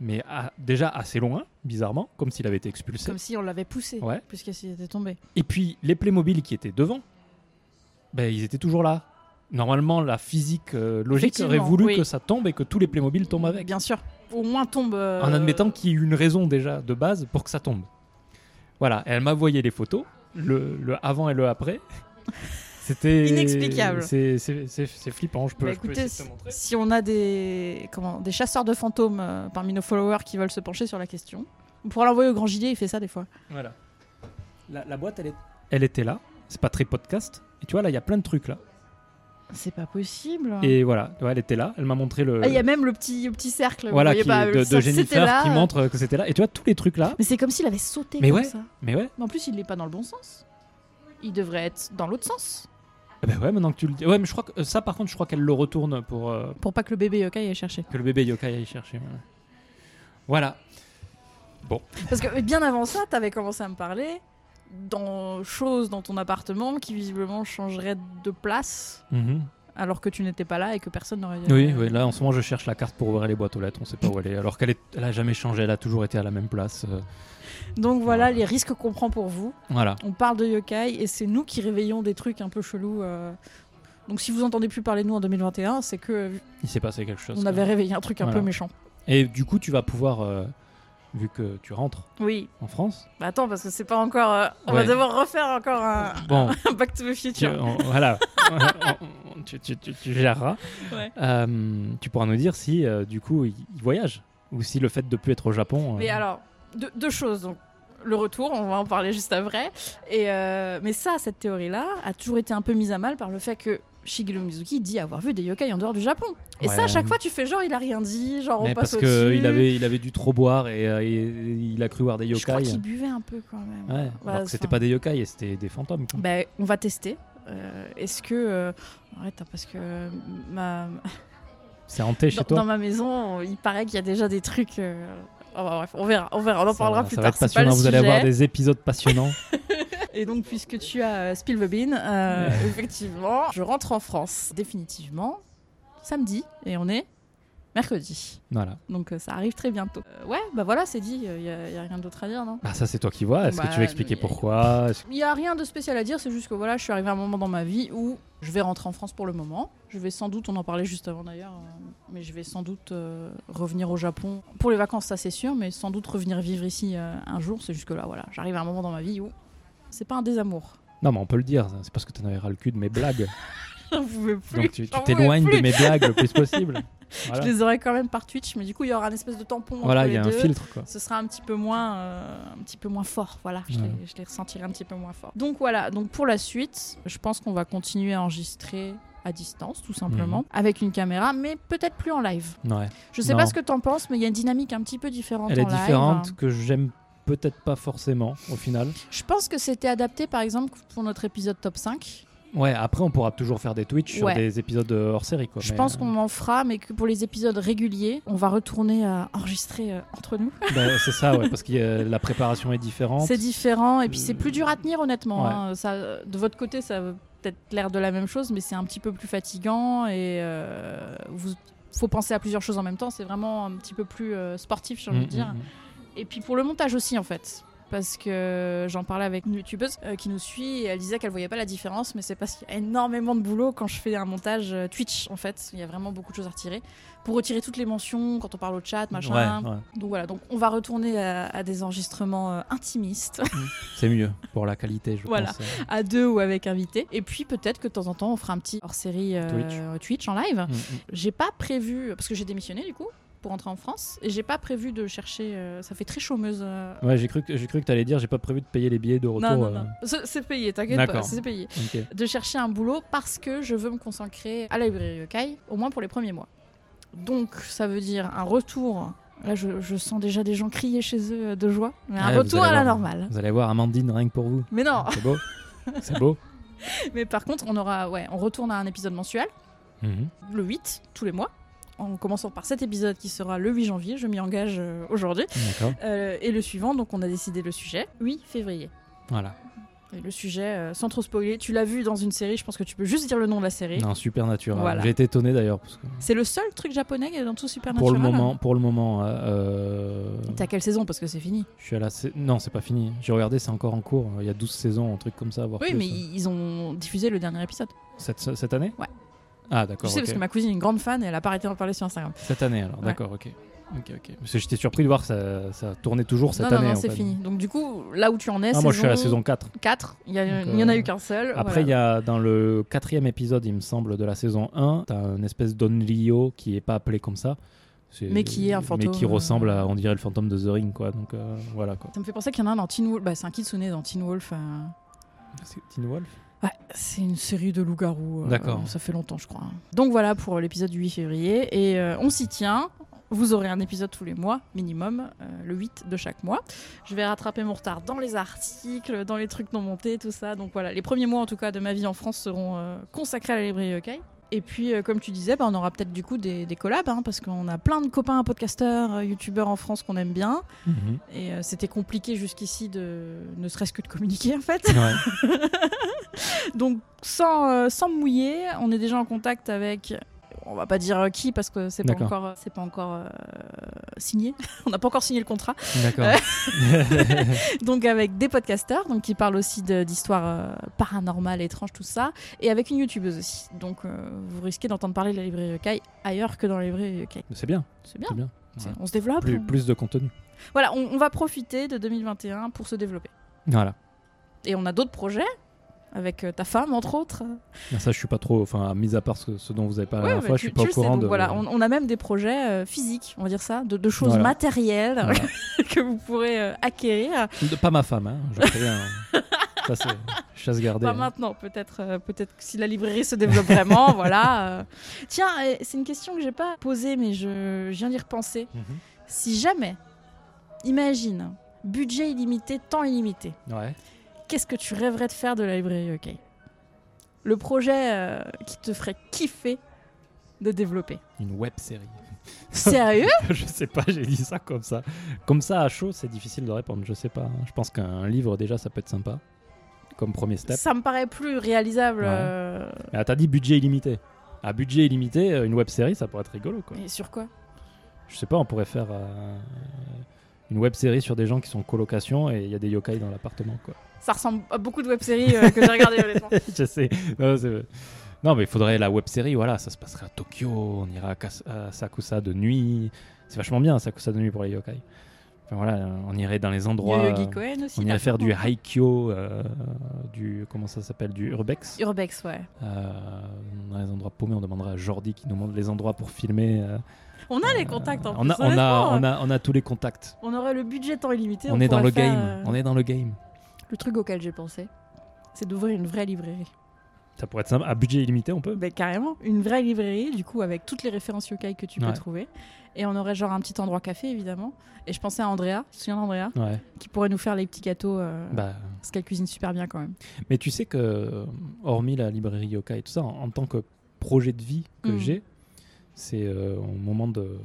[SPEAKER 2] Mais à- déjà assez loin, bizarrement, comme s'il avait été expulsé.
[SPEAKER 3] Comme si on l'avait poussé,
[SPEAKER 2] Ouais.
[SPEAKER 3] puisqu'il s'y était tombé.
[SPEAKER 2] Et puis les Playmobil qui étaient devant, ben, ils étaient toujours là. Normalement, la physique euh, logique aurait
[SPEAKER 3] Effectivement,
[SPEAKER 2] voulu
[SPEAKER 3] oui. Euh,
[SPEAKER 2] que ça tombe et que tous les Playmobil tombent avec.
[SPEAKER 3] Bien sûr. Au moins tombe. euh,
[SPEAKER 2] En admettant qu'il y ait une raison déjà de base pour que ça tombe. Voilà, elle m'a envoyé les photos, le, le avant et le après. C'était
[SPEAKER 3] Inexplicable.
[SPEAKER 2] C'est c'est- c'est- c'est flippant, je peux,
[SPEAKER 3] Bah,
[SPEAKER 2] je peux
[SPEAKER 3] écoutez,
[SPEAKER 2] essayer de te montrer.
[SPEAKER 3] Si on a des comment des chasseurs de fantômes euh, parmi nos followers qui veulent se pencher sur la question, on pourra l'envoyer au grand gilet. Il fait ça des fois.
[SPEAKER 2] Voilà. La, la boîte, elle, est... elle était là. C'est pas très podcast. Et tu vois, là, il y a plein de trucs là.
[SPEAKER 3] C'est pas possible.
[SPEAKER 2] Et voilà, ouais, elle était là. Elle m'a montré le.
[SPEAKER 3] Hein. Ah, il y a même le petit le petit cercle. vous
[SPEAKER 2] voilà,
[SPEAKER 3] voyez
[SPEAKER 2] qui,
[SPEAKER 3] pas,
[SPEAKER 2] de,
[SPEAKER 3] le
[SPEAKER 2] de
[SPEAKER 3] cercle, c'était
[SPEAKER 2] Jennifer
[SPEAKER 3] là.
[SPEAKER 2] qui montre que c'était là. Et tu vois, tous les trucs là.
[SPEAKER 3] Mais c'est comme s'il avait sauté
[SPEAKER 2] Mais
[SPEAKER 3] comme
[SPEAKER 2] ouais.
[SPEAKER 3] ça.
[SPEAKER 2] Mais ouais,
[SPEAKER 3] Mais en plus, il n'est pas dans le bon sens. Il devrait être dans l'autre sens
[SPEAKER 2] Eh ben ouais, maintenant que tu le dis. Ouais, mais je crois que euh, ça, par contre, je crois qu'elle le retourne pour euh,
[SPEAKER 3] pour pas que le bébé yokai aille chercher.
[SPEAKER 2] que le bébé yokai aille chercher. Voilà. Voilà.
[SPEAKER 3] Parce que bien avant ça, t'avais commencé à me parler dans choses dans ton appartement qui visiblement changeraient de place
[SPEAKER 2] Mhm.
[SPEAKER 3] alors que tu n'étais pas là et que personne n'aurait.
[SPEAKER 2] Oui, oui, là en ce moment, je cherche la carte pour ouvrir les boîtes aux lettres. On sait pas où elle est. Alors qu'elle est... elle a jamais changé, elle a toujours été à la même place. euh,
[SPEAKER 3] Donc voilà les risques qu'on prend pour vous.
[SPEAKER 2] Voilà.
[SPEAKER 3] On parle de yokai et c'est nous qui réveillons des trucs un peu chelous. euh. Donc si vous entendez plus parler de nous en 2021, c'est que euh,
[SPEAKER 2] Il s'est passé quelque chose.
[SPEAKER 3] on
[SPEAKER 2] quand
[SPEAKER 3] avait
[SPEAKER 2] même.
[SPEAKER 3] réveillé un truc un
[SPEAKER 2] Voilà.
[SPEAKER 3] peu méchant.
[SPEAKER 2] Et du coup, tu vas pouvoir, euh, vu que tu rentres
[SPEAKER 3] Oui.
[SPEAKER 2] en France.
[SPEAKER 3] Bah attends parce que c'est pas encore. euh, on
[SPEAKER 2] Ouais.
[SPEAKER 3] va devoir refaire encore un,
[SPEAKER 2] Bon,
[SPEAKER 3] un Back to the
[SPEAKER 2] tu-
[SPEAKER 3] Future.
[SPEAKER 2] on- voilà. On- on- tu, tu- tu- tu géreras.
[SPEAKER 3] Ouais.
[SPEAKER 2] Euh, tu pourras nous dire si, euh, du coup, il, il voyage. Ou si le fait de plus être au Japon. euh,
[SPEAKER 3] Mais alors, deux, deux choses. Donc, le retour, on va en parler juste après. Et euh, mais ça, cette théorie-là, a toujours été un peu mise à mal par le fait que Shigeru Mizuki dit avoir vu des yokai en dehors du Japon. Et
[SPEAKER 2] Ouais.
[SPEAKER 3] ça, à chaque fois, tu fais genre, il a rien dit, genre
[SPEAKER 2] Mais
[SPEAKER 3] on passe
[SPEAKER 2] parce
[SPEAKER 3] au
[SPEAKER 2] que il avait, il avait dû trop boire et, euh, et- et il a cru voir des
[SPEAKER 3] Je crois
[SPEAKER 2] yokai.
[SPEAKER 3] qu'il buvait un peu quand même.
[SPEAKER 2] Ouais,
[SPEAKER 3] Bah,
[SPEAKER 2] alors que c'était
[SPEAKER 3] enfin,
[SPEAKER 2] pas des yokai, et c'était des fantômes. quoi.
[SPEAKER 3] bah, on va tester. Euh, Est-ce que euh, arrête hein, parce que euh, ma
[SPEAKER 2] C'est hanté
[SPEAKER 3] dans,
[SPEAKER 2] chez toi.
[SPEAKER 3] dans ma maison, il paraît qu'il y a déjà des trucs. euh, oh, bah, bref, on verra, on verra, on en
[SPEAKER 2] Ça
[SPEAKER 3] parlera
[SPEAKER 2] va-
[SPEAKER 3] plus
[SPEAKER 2] ça va
[SPEAKER 3] tard.
[SPEAKER 2] être
[SPEAKER 3] c'est pas le
[SPEAKER 2] passionnant, vous allez
[SPEAKER 3] sujet.
[SPEAKER 2] avoir des épisodes passionnants.
[SPEAKER 3] Et donc, puisque tu as euh, Spill the Bean, euh, effectivement, je rentre en France définitivement samedi et on est mercredi.
[SPEAKER 2] voilà.
[SPEAKER 3] Donc, euh, ça arrive très bientôt. Euh, ouais, bah voilà, c'est dit, il n'y a, rien d'autre à dire, non
[SPEAKER 2] Bah, ça, c'est toi qui vois. Est-ce que
[SPEAKER 3] Bah,
[SPEAKER 2] tu veux expliquer
[SPEAKER 3] mais-
[SPEAKER 2] pourquoi Est-ce-
[SPEAKER 3] Il n'y a rien de spécial à dire, c'est juste que voilà, je suis arrivée à un moment dans ma vie où je vais rentrer en France pour le moment. Je vais sans doute, on en parlait juste avant d'ailleurs, euh, mais je vais sans doute euh, revenir au Japon pour les vacances, ça c'est sûr, mais sans doute revenir vivre ici euh, un jour. C'est juste que là, voilà, j'arrive à un moment dans ma vie où c'est pas un désamour.
[SPEAKER 2] Non, mais on peut le dire. C'est parce que t'en avais ras le cul de mes blagues.
[SPEAKER 3] J'en pouvais plus.
[SPEAKER 2] Donc, tu tu
[SPEAKER 3] j'en pouvais
[SPEAKER 2] t'éloignes de
[SPEAKER 3] plus.
[SPEAKER 2] mes blagues le plus possible. Voilà.
[SPEAKER 3] Je les aurai quand même par Twitch, mais du coup, il y aura un espèce de tampon
[SPEAKER 2] Voilà,
[SPEAKER 3] entre
[SPEAKER 2] il y a
[SPEAKER 3] les
[SPEAKER 2] un
[SPEAKER 3] deux.
[SPEAKER 2] filtre. Quoi.
[SPEAKER 3] Ce sera un petit peu moins, euh, un petit peu moins fort, voilà. Je,
[SPEAKER 2] Ouais.
[SPEAKER 3] les, je les ressentirai un petit peu moins fort. Donc voilà. Donc pour la suite, je pense qu'on va continuer à enregistrer à distance, tout simplement, avec une caméra, mais peut-être plus en live.
[SPEAKER 2] Ouais.
[SPEAKER 3] Je sais
[SPEAKER 2] Mhm. Non.
[SPEAKER 3] pas ce que t'en penses, mais il y a une dynamique un petit peu différente
[SPEAKER 2] Elle
[SPEAKER 3] en
[SPEAKER 2] est
[SPEAKER 3] live.
[SPEAKER 2] différente, que j'aime peut-être pas forcément au final.
[SPEAKER 3] Je pense que c'était adapté, par exemple, pour notre épisode top 5.
[SPEAKER 2] Ouais, après on pourra toujours faire des Twitch sur
[SPEAKER 3] Ouais.
[SPEAKER 2] des épisodes euh, hors série. Quoi,
[SPEAKER 3] Je
[SPEAKER 2] mais,
[SPEAKER 3] pense
[SPEAKER 2] euh,
[SPEAKER 3] qu'on en fera, mais que pour les épisodes réguliers, on va retourner à enregistrer euh, entre nous.
[SPEAKER 2] bah, c'est ça, ouais, parce que euh, la préparation est différente.
[SPEAKER 3] C'est différent, et puis c'est plus dur à tenir, honnêtement.
[SPEAKER 2] Ouais.
[SPEAKER 3] hein. Ça, euh, de votre côté, ça a peut-être l'air de la même chose, mais c'est un petit peu plus fatigant, et euh, vous- faut penser à plusieurs choses en même temps. C'est vraiment un petit peu plus euh, sportif, j'ai envie
[SPEAKER 2] Mm,
[SPEAKER 3] de dire.
[SPEAKER 2] mm, mm.
[SPEAKER 3] Et puis pour le montage aussi, en fait. Parce que j'en parlais avec une youtubeuse euh, qui nous suit et elle disait qu'elle voyait pas la différence, mais c'est parce qu'il y a énormément de boulot quand je fais un montage euh, Twitch en fait. Il y a vraiment beaucoup de choses à retirer. Pour retirer toutes les mentions quand on parle au chat, machin.
[SPEAKER 2] Ouais, ouais.
[SPEAKER 3] Donc voilà, donc on va retourner à, à des enregistrements euh, intimistes,
[SPEAKER 2] C'est mieux pour la qualité, je
[SPEAKER 3] Voilà.
[SPEAKER 2] pense. euh.
[SPEAKER 3] à deux ou avec invité. Et puis peut-être que de temps en temps on fera un petit hors série Twitch. en live.
[SPEAKER 2] Mm, mm.
[SPEAKER 3] J'ai pas prévu, parce que j'ai démissionné du coup pour rentrer en France, et j'ai pas prévu de chercher. euh, ça fait très chômeuse euh,
[SPEAKER 2] Ouais, j'ai cru que j'ai cru que t'allais dire, j'ai pas prévu de payer les billets de retour.
[SPEAKER 3] Non, non,
[SPEAKER 2] euh,
[SPEAKER 3] non. C'est c'est payé, t'inquiète pas,
[SPEAKER 2] D'accord.
[SPEAKER 3] c'est payé.
[SPEAKER 2] ok.
[SPEAKER 3] De chercher un boulot parce que je veux me consacrer à la librairie Yokai, au moins pour les premiers mois. Donc, ça veut dire un retour. Là, je, je sens déjà des gens crier chez eux euh, de joie, mais un
[SPEAKER 2] Ouais, Ah, vous
[SPEAKER 3] retour
[SPEAKER 2] allez
[SPEAKER 3] à la
[SPEAKER 2] voir.
[SPEAKER 3] normale.
[SPEAKER 2] Vous allez voir Amandine rien que pour vous.
[SPEAKER 3] Mais non,
[SPEAKER 2] C'est beau. C'est beau.
[SPEAKER 3] mais par contre, on aura, ouais, on retourne à un épisode mensuel,
[SPEAKER 2] Mhm.
[SPEAKER 3] le 8, tous les mois, en commençant par cet épisode qui sera le 8 janvier, je m'y engage euh, aujourd'hui,
[SPEAKER 2] D'accord.
[SPEAKER 3] Euh, et le suivant, donc on a décidé le sujet, 8 février.
[SPEAKER 2] Voilà.
[SPEAKER 3] Et le sujet, euh, sans trop spoiler, tu l'as vu dans une série, je pense que tu peux juste dire le nom de la série.
[SPEAKER 2] Non, super naturel.
[SPEAKER 3] Voilà.
[SPEAKER 2] J'ai été étonné d'ailleurs parce que
[SPEAKER 3] C'est le seul truc japonais dans tout
[SPEAKER 2] pour
[SPEAKER 3] Supernatural
[SPEAKER 2] le moment, pour le moment, euh, euh,
[SPEAKER 3] T'as quelle saison Parce que c'est fini.
[SPEAKER 2] je suis à la. sa- Non, c'est pas fini. J'ai regardé, c'est encore en cours. Il y a 12 saisons, un truc comme ça. voire
[SPEAKER 3] Oui,
[SPEAKER 2] plus. hein.
[SPEAKER 3] mais ils ont diffusé le dernier épisode.
[SPEAKER 2] cette, cette année.
[SPEAKER 3] Ouais.
[SPEAKER 2] Ah
[SPEAKER 3] Je
[SPEAKER 2] d'accord.
[SPEAKER 3] sais parce
[SPEAKER 2] ok.
[SPEAKER 3] que ma cousine est une grande fan et elle a pas arrêté d'en parler sur Instagram.
[SPEAKER 2] Cette année alors.
[SPEAKER 3] Ouais.
[SPEAKER 2] D'accord. Ok. Ok. Ok. Parce que j'étais surpris de voir que ça, ça tournait toujours cette
[SPEAKER 3] non,
[SPEAKER 2] année.
[SPEAKER 3] non, non,
[SPEAKER 2] en
[SPEAKER 3] c'est
[SPEAKER 2] fait.
[SPEAKER 3] fini. Donc du coup, là où tu en es,
[SPEAKER 2] Ah,
[SPEAKER 3] saison
[SPEAKER 2] moi, je suis à la saison 4.
[SPEAKER 3] 4, il y, a-
[SPEAKER 2] Donc,
[SPEAKER 3] il y en a
[SPEAKER 2] euh,
[SPEAKER 3] eu qu'un seul.
[SPEAKER 2] Après, il y a dans le quatrième épisode, il me semble, de la saison 1, t'as une espèce d'Onryo qui est pas appelé comme ça. C'est-
[SPEAKER 3] Mais qui est un fantôme,
[SPEAKER 2] Mais qui
[SPEAKER 3] euh.
[SPEAKER 2] ressemble à, on dirait, le fantôme de The Ring, quoi. Donc euh, voilà, quoi.
[SPEAKER 3] Ça me fait penser qu'il y en a un dans Teen Wolf. Bah, c'est un Kitsune dans Teen Wolf. euh.
[SPEAKER 2] C'est Teen Wolf
[SPEAKER 3] Ouais, c'est une série de loups-garous. euh,
[SPEAKER 2] D'accord.
[SPEAKER 3] Ça fait longtemps, je crois. hein. Donc voilà pour l'épisode du 8 février. Et euh, on s'y tient. Vous aurez un épisode tous les mois, minimum, euh, le 8 de chaque mois. Je vais rattraper mon retard dans les articles, dans les trucs non montés, tout ça. Donc voilà, les premiers mois en tout cas de ma vie en France seront euh, consacrés à la librairie Yokai. Et puis, euh, comme tu disais, bah, on aura peut-être du coup des, des collabs, hein, parce qu'on a plein de copains podcasteurs, euh, youtubeurs en France qu'on aime bien.
[SPEAKER 2] Mhm.
[SPEAKER 3] Et euh, c'était compliqué jusqu'ici de ne serait-ce que de communiquer en fait.
[SPEAKER 2] Ouais.
[SPEAKER 3] Donc sans, euh, sans mouiller, on est déjà en contact avec. On va pas dire euh, qui parce que c'est pas
[SPEAKER 2] D'accord.
[SPEAKER 3] encore, c'est pas encore euh, signé. on n'a pas encore signé le contrat.
[SPEAKER 2] D'accord.
[SPEAKER 3] Donc avec des podcasteurs, donc qui parlent aussi de- d'histoires euh, paranormales, étranges, tout ça, et avec une youtubeuse aussi. Donc euh, vous risquez d'entendre parler de la librairie Yokai ailleurs que dans la librairie Yokai.
[SPEAKER 2] c'est bien.
[SPEAKER 3] C'est bien.
[SPEAKER 2] C'est bien.
[SPEAKER 3] c'est-
[SPEAKER 2] Ouais.
[SPEAKER 3] On se développe.
[SPEAKER 2] Plus,
[SPEAKER 3] on-
[SPEAKER 2] plus de contenu.
[SPEAKER 3] Voilà, on- on va profiter de 2021 pour se développer.
[SPEAKER 2] Voilà.
[SPEAKER 3] Et on a d'autres projets avec euh, ta femme, entre autres.
[SPEAKER 2] Ah, Ça, je suis pas trop. Enfin, mis à part ce, ce dont vous avez parlé la
[SPEAKER 3] Ouais,
[SPEAKER 2] dernière
[SPEAKER 3] bah,
[SPEAKER 2] fois, je
[SPEAKER 3] tu-
[SPEAKER 2] suis pas au
[SPEAKER 3] tu le sais,
[SPEAKER 2] courant
[SPEAKER 3] donc
[SPEAKER 2] de.
[SPEAKER 3] Voilà, on, on a même des projets euh, physiques, on va dire ça, de, de choses
[SPEAKER 2] Voilà.
[SPEAKER 3] matérielles
[SPEAKER 2] Voilà.
[SPEAKER 3] que vous pourrez euh, acquérir.
[SPEAKER 2] De- Pas ma femme, hein. Je préviens. ça, c'est chasse gardée.
[SPEAKER 3] Pas
[SPEAKER 2] hein.
[SPEAKER 3] maintenant, peut-être euh, peut-être que si la librairie se développe vraiment, voilà. euh. Tiens, euh, c'est une question que j'ai pas posée, mais je, je viens d'y repenser.
[SPEAKER 2] Mhm.
[SPEAKER 3] Si jamais, imagine, budget illimité, temps illimité,
[SPEAKER 2] Ouais.
[SPEAKER 3] qu'est-ce que tu rêverais de faire de la librairie OK Le projet euh, qui te ferait kiffer de développer.
[SPEAKER 2] Une web série.
[SPEAKER 3] Sérieux
[SPEAKER 2] je sais pas, j'ai dit ça comme ça. Comme ça, à chaud, c'est difficile de répondre, je sais pas. hein. Je pense qu'un livre, déjà, ça peut être sympa. Comme premier step.
[SPEAKER 3] Ça me paraît plus réalisable.
[SPEAKER 2] Ouais.
[SPEAKER 3] euh,
[SPEAKER 2] Mais ah, t'as dit budget illimité. À budget illimité, euh, une web série, ça pourrait être rigolo, quoi.
[SPEAKER 3] Mais sur quoi
[SPEAKER 2] Je sais pas, on pourrait faire euh, une web série sur des gens qui sont en colocation et il y a des yokai dans l'appartement, quoi.
[SPEAKER 3] Ça ressemble à beaucoup de web-séries euh, que j'ai regardées, honnêtement.
[SPEAKER 2] je sais. Non, c'est- non, mais il faudrait la web série, voilà, ça se passerait à Tokyo, on ira à, Kas- à Sakusa de nuit. C'est vachement bien, Sakusa de nuit pour les yokai. Enfin, voilà, on irait dans les endroits.
[SPEAKER 3] Yoyogi Koen aussi.
[SPEAKER 2] euh, On irait
[SPEAKER 3] par
[SPEAKER 2] faire du
[SPEAKER 3] contre.
[SPEAKER 2] haikyo, euh, du comment ça s'appelle, du urbex.
[SPEAKER 3] Urbex, ouais.
[SPEAKER 2] Euh, dans les endroits paumés, on demandera à Jordi qui nous montre les endroits pour filmer. euh.
[SPEAKER 3] On a les contacts en
[SPEAKER 2] on,
[SPEAKER 3] plus.
[SPEAKER 2] a, on, a,
[SPEAKER 3] honnêtement. euh,
[SPEAKER 2] on, a, on a tous les contacts.
[SPEAKER 3] On aurait le budget temps illimité.
[SPEAKER 2] on est dans
[SPEAKER 3] pourrait
[SPEAKER 2] le
[SPEAKER 3] faire,
[SPEAKER 2] game.
[SPEAKER 3] euh,
[SPEAKER 2] On est dans le game.
[SPEAKER 3] Le truc auquel j'ai pensé, c'est d'ouvrir une vraie librairie.
[SPEAKER 2] Ça pourrait être sympa. À budget illimité, on peut.
[SPEAKER 3] Ben, carrément, une vraie librairie, du coup, avec toutes les références yokai que tu
[SPEAKER 2] Ouais.
[SPEAKER 3] peux trouver. Et on aurait genre un petit endroit café, évidemment. Et je pensais à Andrea, tu te souviens d'Andrea,
[SPEAKER 2] Ouais.
[SPEAKER 3] qui pourrait nous faire les petits gâteaux, euh,
[SPEAKER 2] Bah,
[SPEAKER 3] parce qu'elle cuisine super bien quand même.
[SPEAKER 2] mais tu sais que, euh, hormis la librairie Yoka et tout ça, en, en tant que projet de vie que
[SPEAKER 3] Mm.
[SPEAKER 2] j'ai, c'est euh, au moment de,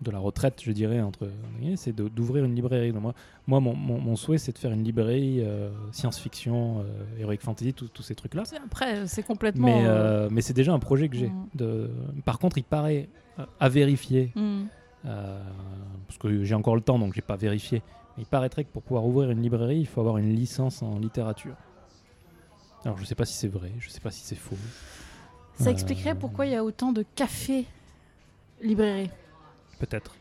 [SPEAKER 2] de la retraite, je dirais, entre c'est de- d'ouvrir une librairie. Donc moi, moi mon, mon- mon souhait, c'est de faire une librairie euh, science-fiction, euh, heroic fantasy, tous tous ces trucs-là.
[SPEAKER 3] C'est- Après, c'est complètement.
[SPEAKER 2] Mais, euh, mais c'est déjà un projet que j'ai.
[SPEAKER 3] Mm.
[SPEAKER 2] de Par contre, il paraît euh, à vérifier,
[SPEAKER 3] hmm.
[SPEAKER 2] euh, parce que j'ai encore le temps, donc j'ai pas vérifié. Mais il paraîtrait que pour pouvoir ouvrir une librairie, il faut avoir une licence en littérature. Alors je sais pas si c'est vrai, je sais pas si c'est faux.
[SPEAKER 3] Ça
[SPEAKER 2] Euh,
[SPEAKER 3] expliquerait pourquoi il y a autant de cafés librairies
[SPEAKER 2] Peut-être.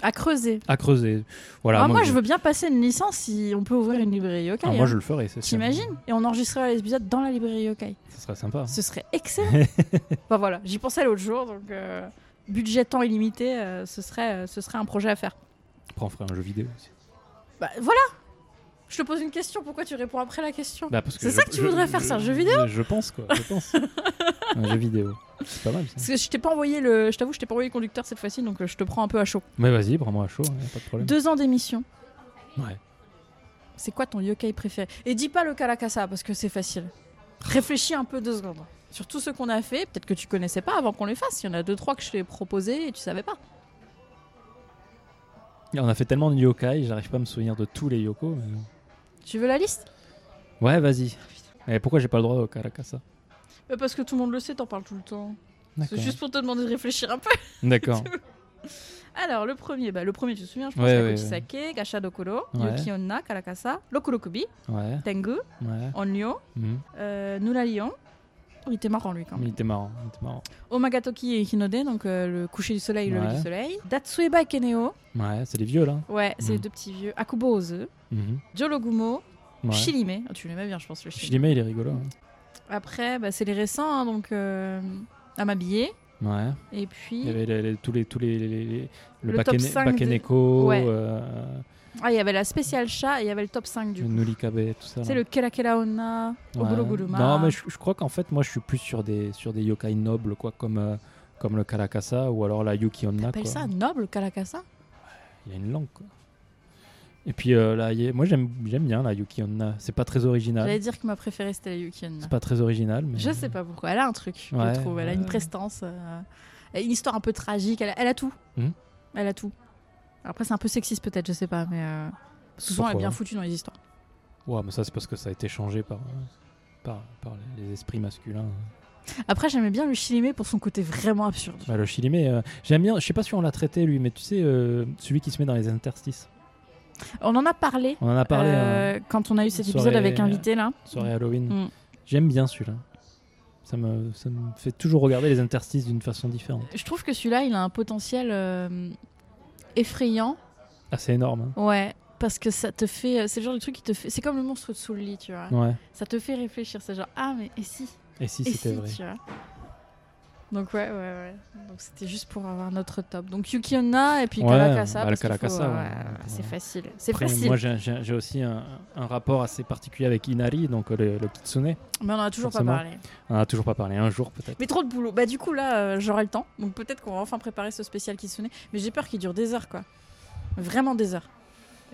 [SPEAKER 3] à creuser.
[SPEAKER 2] À creuser. Voilà.
[SPEAKER 3] Ah, moi, je veux bien passer une licence si on peut ouvrir une librairie yokai.
[SPEAKER 2] Ah, moi
[SPEAKER 3] hein.
[SPEAKER 2] je le ferais, c'est sûr.
[SPEAKER 3] T'imagines Et on enregistrerait les épisodes dans la librairie yokai.
[SPEAKER 2] Ce serait sympa.
[SPEAKER 3] Ce serait excellent. Enfin, voilà, j'y pensais l'autre jour, donc euh, budget temps illimité, euh, ce, serait, euh, ce serait un projet à faire.
[SPEAKER 2] Après, on ferait un jeu vidéo aussi.
[SPEAKER 3] Bah, voilà Je te pose une question, pourquoi tu réponds après la question
[SPEAKER 2] Bah, parce
[SPEAKER 3] C'est
[SPEAKER 2] je-
[SPEAKER 3] ça que tu
[SPEAKER 2] je-
[SPEAKER 3] voudrais faire, c'est un jeu vidéo
[SPEAKER 2] je- Je pense quoi, je pense. un jeu vidéo. C'est pas mal ça.
[SPEAKER 3] Parce que je t'ai pas envoyé le. Je t'avoue, je t'ai pas envoyé le conducteur cette fois-ci, donc euh, je te prends un peu à chaud.
[SPEAKER 2] Mais vas-y, prends-moi à chaud, hein, pas de problème.
[SPEAKER 3] Deux ans d'émission.
[SPEAKER 2] Ouais.
[SPEAKER 3] C'est quoi ton yokai préféré Et dis pas le Kalakasa parce que c'est facile. Réfléchis un peu deux secondes. Sur tout ce qu'on a fait, peut-être que tu connaissais pas avant qu'on les fasse. Il y en a deux, trois que je t'ai proposé et tu savais pas.
[SPEAKER 2] On a fait tellement de yokai, j'arrive pas à me souvenir de tous les yokos. mais-
[SPEAKER 3] Tu veux la liste
[SPEAKER 2] Ouais, vas-y. Et pourquoi j'ai pas le droit au Caracasa
[SPEAKER 3] Bah, Parce que tout le monde le sait, t'en parles tout le temps. C'est
[SPEAKER 2] D'accord.
[SPEAKER 3] juste pour te demander de réfléchir un peu.
[SPEAKER 2] D'accord.
[SPEAKER 3] Alors, le premier, bah, le premier, tu te souviens, je pense
[SPEAKER 2] Ouais,
[SPEAKER 3] à
[SPEAKER 2] ouais,
[SPEAKER 3] Kochisake, Gacha Dokoro,
[SPEAKER 2] Ouais.
[SPEAKER 3] Yuki Onna, Karakasa, Lokurokubi,
[SPEAKER 2] Ouais,
[SPEAKER 3] Tengu,
[SPEAKER 2] ouais.
[SPEAKER 3] Onryo,
[SPEAKER 2] Mhm.
[SPEAKER 3] euh, Nula Lion. Oh, il était marrant, lui, quand
[SPEAKER 2] Il
[SPEAKER 3] même.
[SPEAKER 2] était marrant, il était marrant.
[SPEAKER 3] Omagatoki et Hinode, donc euh, le coucher du soleil et le lever
[SPEAKER 2] Ouais.
[SPEAKER 3] du soleil. Datsueba et Keneo,
[SPEAKER 2] Ouais, c'est les vieux là.
[SPEAKER 3] ouais, c'est
[SPEAKER 2] Mm.
[SPEAKER 3] les deux petits vieux. Akubo Ozu,
[SPEAKER 2] Mhm.
[SPEAKER 3] Jologumo,
[SPEAKER 2] Ouais.
[SPEAKER 3] Shilime. Oh, tu l'aimais bien, je pense, le Shilime.
[SPEAKER 2] Chilime, il est rigolo. hein.
[SPEAKER 3] Après, bah, c'est les récents, hein, donc euh, Amabillé.
[SPEAKER 2] Ouais.
[SPEAKER 3] Et
[SPEAKER 2] Il y
[SPEAKER 3] puis,
[SPEAKER 2] avait les- les- tous les. Tous les, les- les- les- le
[SPEAKER 3] Le top
[SPEAKER 2] Bakene-
[SPEAKER 3] cinq
[SPEAKER 2] Bakeneko,
[SPEAKER 3] des- Ouais.
[SPEAKER 2] euh,
[SPEAKER 3] ah, il y avait la spéciale chat et il y avait le top 5 du
[SPEAKER 2] le
[SPEAKER 3] coup.
[SPEAKER 2] Nulikabe, tout ça. là.
[SPEAKER 3] C'est le Kela Kela Onna,
[SPEAKER 2] Ouais.
[SPEAKER 3] Oguloguluma.
[SPEAKER 2] Non, mais je, je crois qu'en fait, moi je suis plus sur des, sur des yokai nobles, quoi, comme, euh, comme le Karakasa ou alors la Yuki Onna.
[SPEAKER 3] Appelle
[SPEAKER 2] quoi.
[SPEAKER 3] ça noble Kalakasa
[SPEAKER 2] Il y a une langue, quoi. Et puis euh, là, il y a- moi j'aime j'aime bien la Yuki Onna. C'est pas très
[SPEAKER 3] J'allais
[SPEAKER 2] original.
[SPEAKER 3] dire que ma préférée c'était la Yuki Onna.
[SPEAKER 2] C'est pas très original, mais.
[SPEAKER 3] Je sais pas pourquoi, elle a un truc,
[SPEAKER 2] Ouais,
[SPEAKER 3] je trouve. Elle a
[SPEAKER 2] ouais.
[SPEAKER 3] une prestance, euh, elle a une histoire un peu tragique, elle a, elle a tout.
[SPEAKER 2] Mhm.
[SPEAKER 3] Elle a tout. Après, c'est un peu sexiste peut-être, je sais pas, mais euh, souvent elle est
[SPEAKER 2] Pourquoi
[SPEAKER 3] bien foutue dans les histoires.
[SPEAKER 2] Ouais, mais ça c'est parce que ça a été changé par, euh, par, par les les esprits masculins.
[SPEAKER 3] Après, j'aimais bien le Chilimé pour son côté vraiment absurde.
[SPEAKER 2] Bah, le Chilime, euh, j'aime bien, je sais pas si on l'a traité lui, mais tu sais, euh, celui qui se met dans les interstices.
[SPEAKER 3] On en a parlé,
[SPEAKER 2] On en a parlé euh,
[SPEAKER 3] euh, quand on a eu cet
[SPEAKER 2] soirée-
[SPEAKER 3] épisode avec invité là.
[SPEAKER 2] soirée Halloween.
[SPEAKER 3] Mm.
[SPEAKER 2] J'aime bien celui-là. Ça me, ça me fait toujours regarder les interstices d'une façon différente.
[SPEAKER 3] Je trouve que celui-là, il a un potentiel euh, effrayant.
[SPEAKER 2] Ah, c'est énorme.
[SPEAKER 3] Ouais, parce que ça te fait. euh, C'est le genre de truc qui te fait. C'est comme le monstre de sous le lit, tu vois.
[SPEAKER 2] hein. Ouais.
[SPEAKER 3] Ça te fait réfléchir. C'est genre, ah, mais et si
[SPEAKER 2] Et si
[SPEAKER 3] Et
[SPEAKER 2] c'était
[SPEAKER 3] si,
[SPEAKER 2] vrai
[SPEAKER 3] tu vois. Donc ouais, ouais, ouais. Donc c'était juste pour avoir notre top. Donc Yuki Onna et puis
[SPEAKER 2] Ouais,
[SPEAKER 3] Kalakasa.
[SPEAKER 2] bah, le
[SPEAKER 3] parce qu'il faut-
[SPEAKER 2] Kalakasa,
[SPEAKER 3] ouais,
[SPEAKER 2] ouais.
[SPEAKER 3] ouais, C'est
[SPEAKER 2] Ouais.
[SPEAKER 3] facile. C'est
[SPEAKER 2] Après,
[SPEAKER 3] facile.
[SPEAKER 2] Moi, j'ai- j'ai j'ai aussi un, un rapport assez particulier avec Inari, donc euh, le, le Kitsune.
[SPEAKER 3] Mais on en a toujours
[SPEAKER 2] forcément.
[SPEAKER 3] pas parlé.
[SPEAKER 2] On en a toujours pas parlé. Un jour, peut-être.
[SPEAKER 3] Mais trop de boulot. Bah du coup là, euh, j'aurai le temps. Donc peut-être qu'on va enfin préparer ce spécial qui sonnait. Mais j'ai peur qu'il dure des heures, quoi. Vraiment des heures.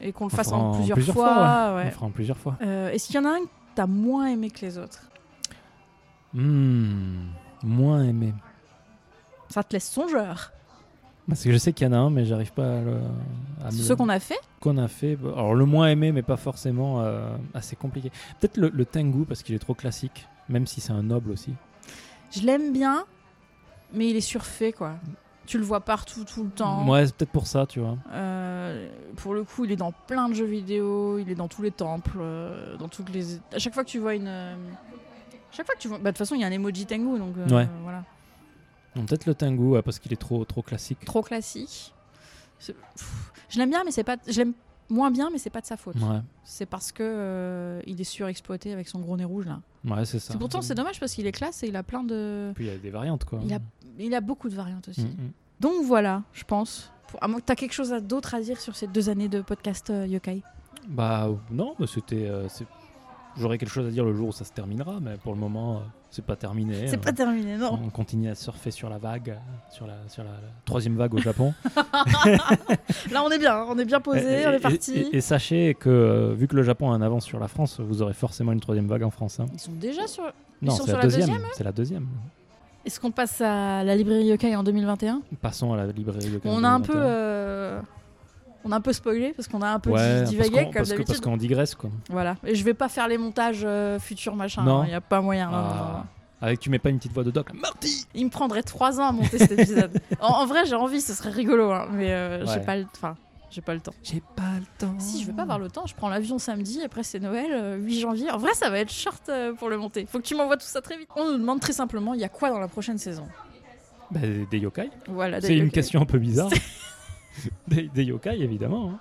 [SPEAKER 3] Et qu'on le
[SPEAKER 2] On
[SPEAKER 3] fasse
[SPEAKER 2] fera
[SPEAKER 3] en, plusieurs, fois.
[SPEAKER 2] fois,
[SPEAKER 3] ouais.
[SPEAKER 2] On le fera en plusieurs fois.
[SPEAKER 3] Euh, Est-ce qu'il y en a un que t'as moins aimé que les autres
[SPEAKER 2] Hmm, moins aimé.
[SPEAKER 3] Ça te laisse songeur.
[SPEAKER 2] Parce que je sais qu'il y en a un, mais j'arrive pas à, le, à me
[SPEAKER 3] C'est
[SPEAKER 2] le-
[SPEAKER 3] ce qu'on a fait.
[SPEAKER 2] qu'on a fait. bah, Alors le moins aimé, mais pas forcément euh, assez compliqué. Peut-être le, le Tengu parce qu'il est trop classique, même si c'est un noble aussi.
[SPEAKER 3] Je l'aime bien, mais il est surfait, quoi. Tu le vois partout, tout le temps.
[SPEAKER 2] Ouais, c'est peut-être pour ça, tu vois.
[SPEAKER 3] Euh, pour le coup, il est dans plein de jeux vidéo, il est dans tous les temples, euh, dans toutes les. À chaque fois que tu vois une, euh, à chaque fois que tu vois, bah, de toute façon, il y a un emoji Tengu, donc euh,
[SPEAKER 2] Ouais.
[SPEAKER 3] voilà,
[SPEAKER 2] Non, Peut-être le Tengu ouais, parce qu'il est trop trop classique.
[SPEAKER 3] trop classique. C'est- pff, Je l'aime bien, mais c'est pas, je l'aime moins bien, mais c'est pas de sa faute.
[SPEAKER 2] Ouais,
[SPEAKER 3] C'est parce que euh, il est surexploité avec son gros nez rouge là.
[SPEAKER 2] ouais, c'est ça.
[SPEAKER 3] C'est pourtant c'est dommage parce qu'il est classe et il a plein de,
[SPEAKER 2] Puis il y a des variantes quoi.
[SPEAKER 3] il a, il a beaucoup de variantes aussi.
[SPEAKER 2] Mm, mm.
[SPEAKER 3] Donc voilà, je pense. Pour... à moins que T'as quelque chose à- d'autre à dire sur ces deux années de podcast euh, Yokai
[SPEAKER 2] Bah non, mais c'était. euh, c'est- J'aurai quelque chose à dire le jour où ça se terminera, mais pour le moment, euh, c'est pas terminé.
[SPEAKER 3] C'est pas
[SPEAKER 2] On-
[SPEAKER 3] terminé, non.
[SPEAKER 2] On continue à surfer sur la vague, euh, sur la, sur la, la troisième vague au Japon.
[SPEAKER 3] Là, on est bien, on est bien posé,
[SPEAKER 2] Et-
[SPEAKER 3] on
[SPEAKER 2] et-
[SPEAKER 3] est parti.
[SPEAKER 2] Et, et sachez que, euh, vu que le Japon a un avance sur la France, vous aurez forcément une troisième vague en France. hein.
[SPEAKER 3] Ils sont déjà sur.
[SPEAKER 2] Non,
[SPEAKER 3] sont
[SPEAKER 2] c'est
[SPEAKER 3] sur
[SPEAKER 2] la
[SPEAKER 3] la
[SPEAKER 2] deuxième.
[SPEAKER 3] deuxième,
[SPEAKER 2] C'est la deuxième.
[SPEAKER 3] Est-ce qu'on passe à la librairie Yokai en 2021
[SPEAKER 2] Passons à la librairie de
[SPEAKER 3] On a un peu. euh, On a un peu spoilé parce qu'on a un peu
[SPEAKER 2] ouais,
[SPEAKER 3] di-
[SPEAKER 2] parce qu'on-
[SPEAKER 3] divagué comme
[SPEAKER 2] parce que- parce
[SPEAKER 3] d'habitude.
[SPEAKER 2] qu'on digresse quoi.
[SPEAKER 3] Voilà. Et je vais pas faire les montages euh, futurs machin.
[SPEAKER 2] Non.
[SPEAKER 3] Il n'y a pas moyen. non, non, non, non. Ah,
[SPEAKER 2] Ah. Avec tu mets pas une petite voix de doc. là, Marty.
[SPEAKER 3] Il me prendrait trois ans à monter cet épisode. en, en vrai, j'ai envie, ce serait rigolo, hein, mais euh, j'ai
[SPEAKER 2] Ouais.
[SPEAKER 3] pas le, enfin, j'ai pas le temps.
[SPEAKER 2] J'ai pas le temps.
[SPEAKER 3] Si je veux pas avoir le temps, je prends l'avion samedi, après c'est Noël, euh, 8 janvier. En vrai, ça va être short euh, pour le monter. Faut que tu m'envoies tout ça très vite. On nous demande très simplement, il y a quoi dans la prochaine saison
[SPEAKER 2] Bah, des des yokai.
[SPEAKER 3] Voilà.
[SPEAKER 2] C'est
[SPEAKER 3] David,
[SPEAKER 2] une
[SPEAKER 3] ok.
[SPEAKER 2] question un peu bizarre. des, des yokai évidemment. hein.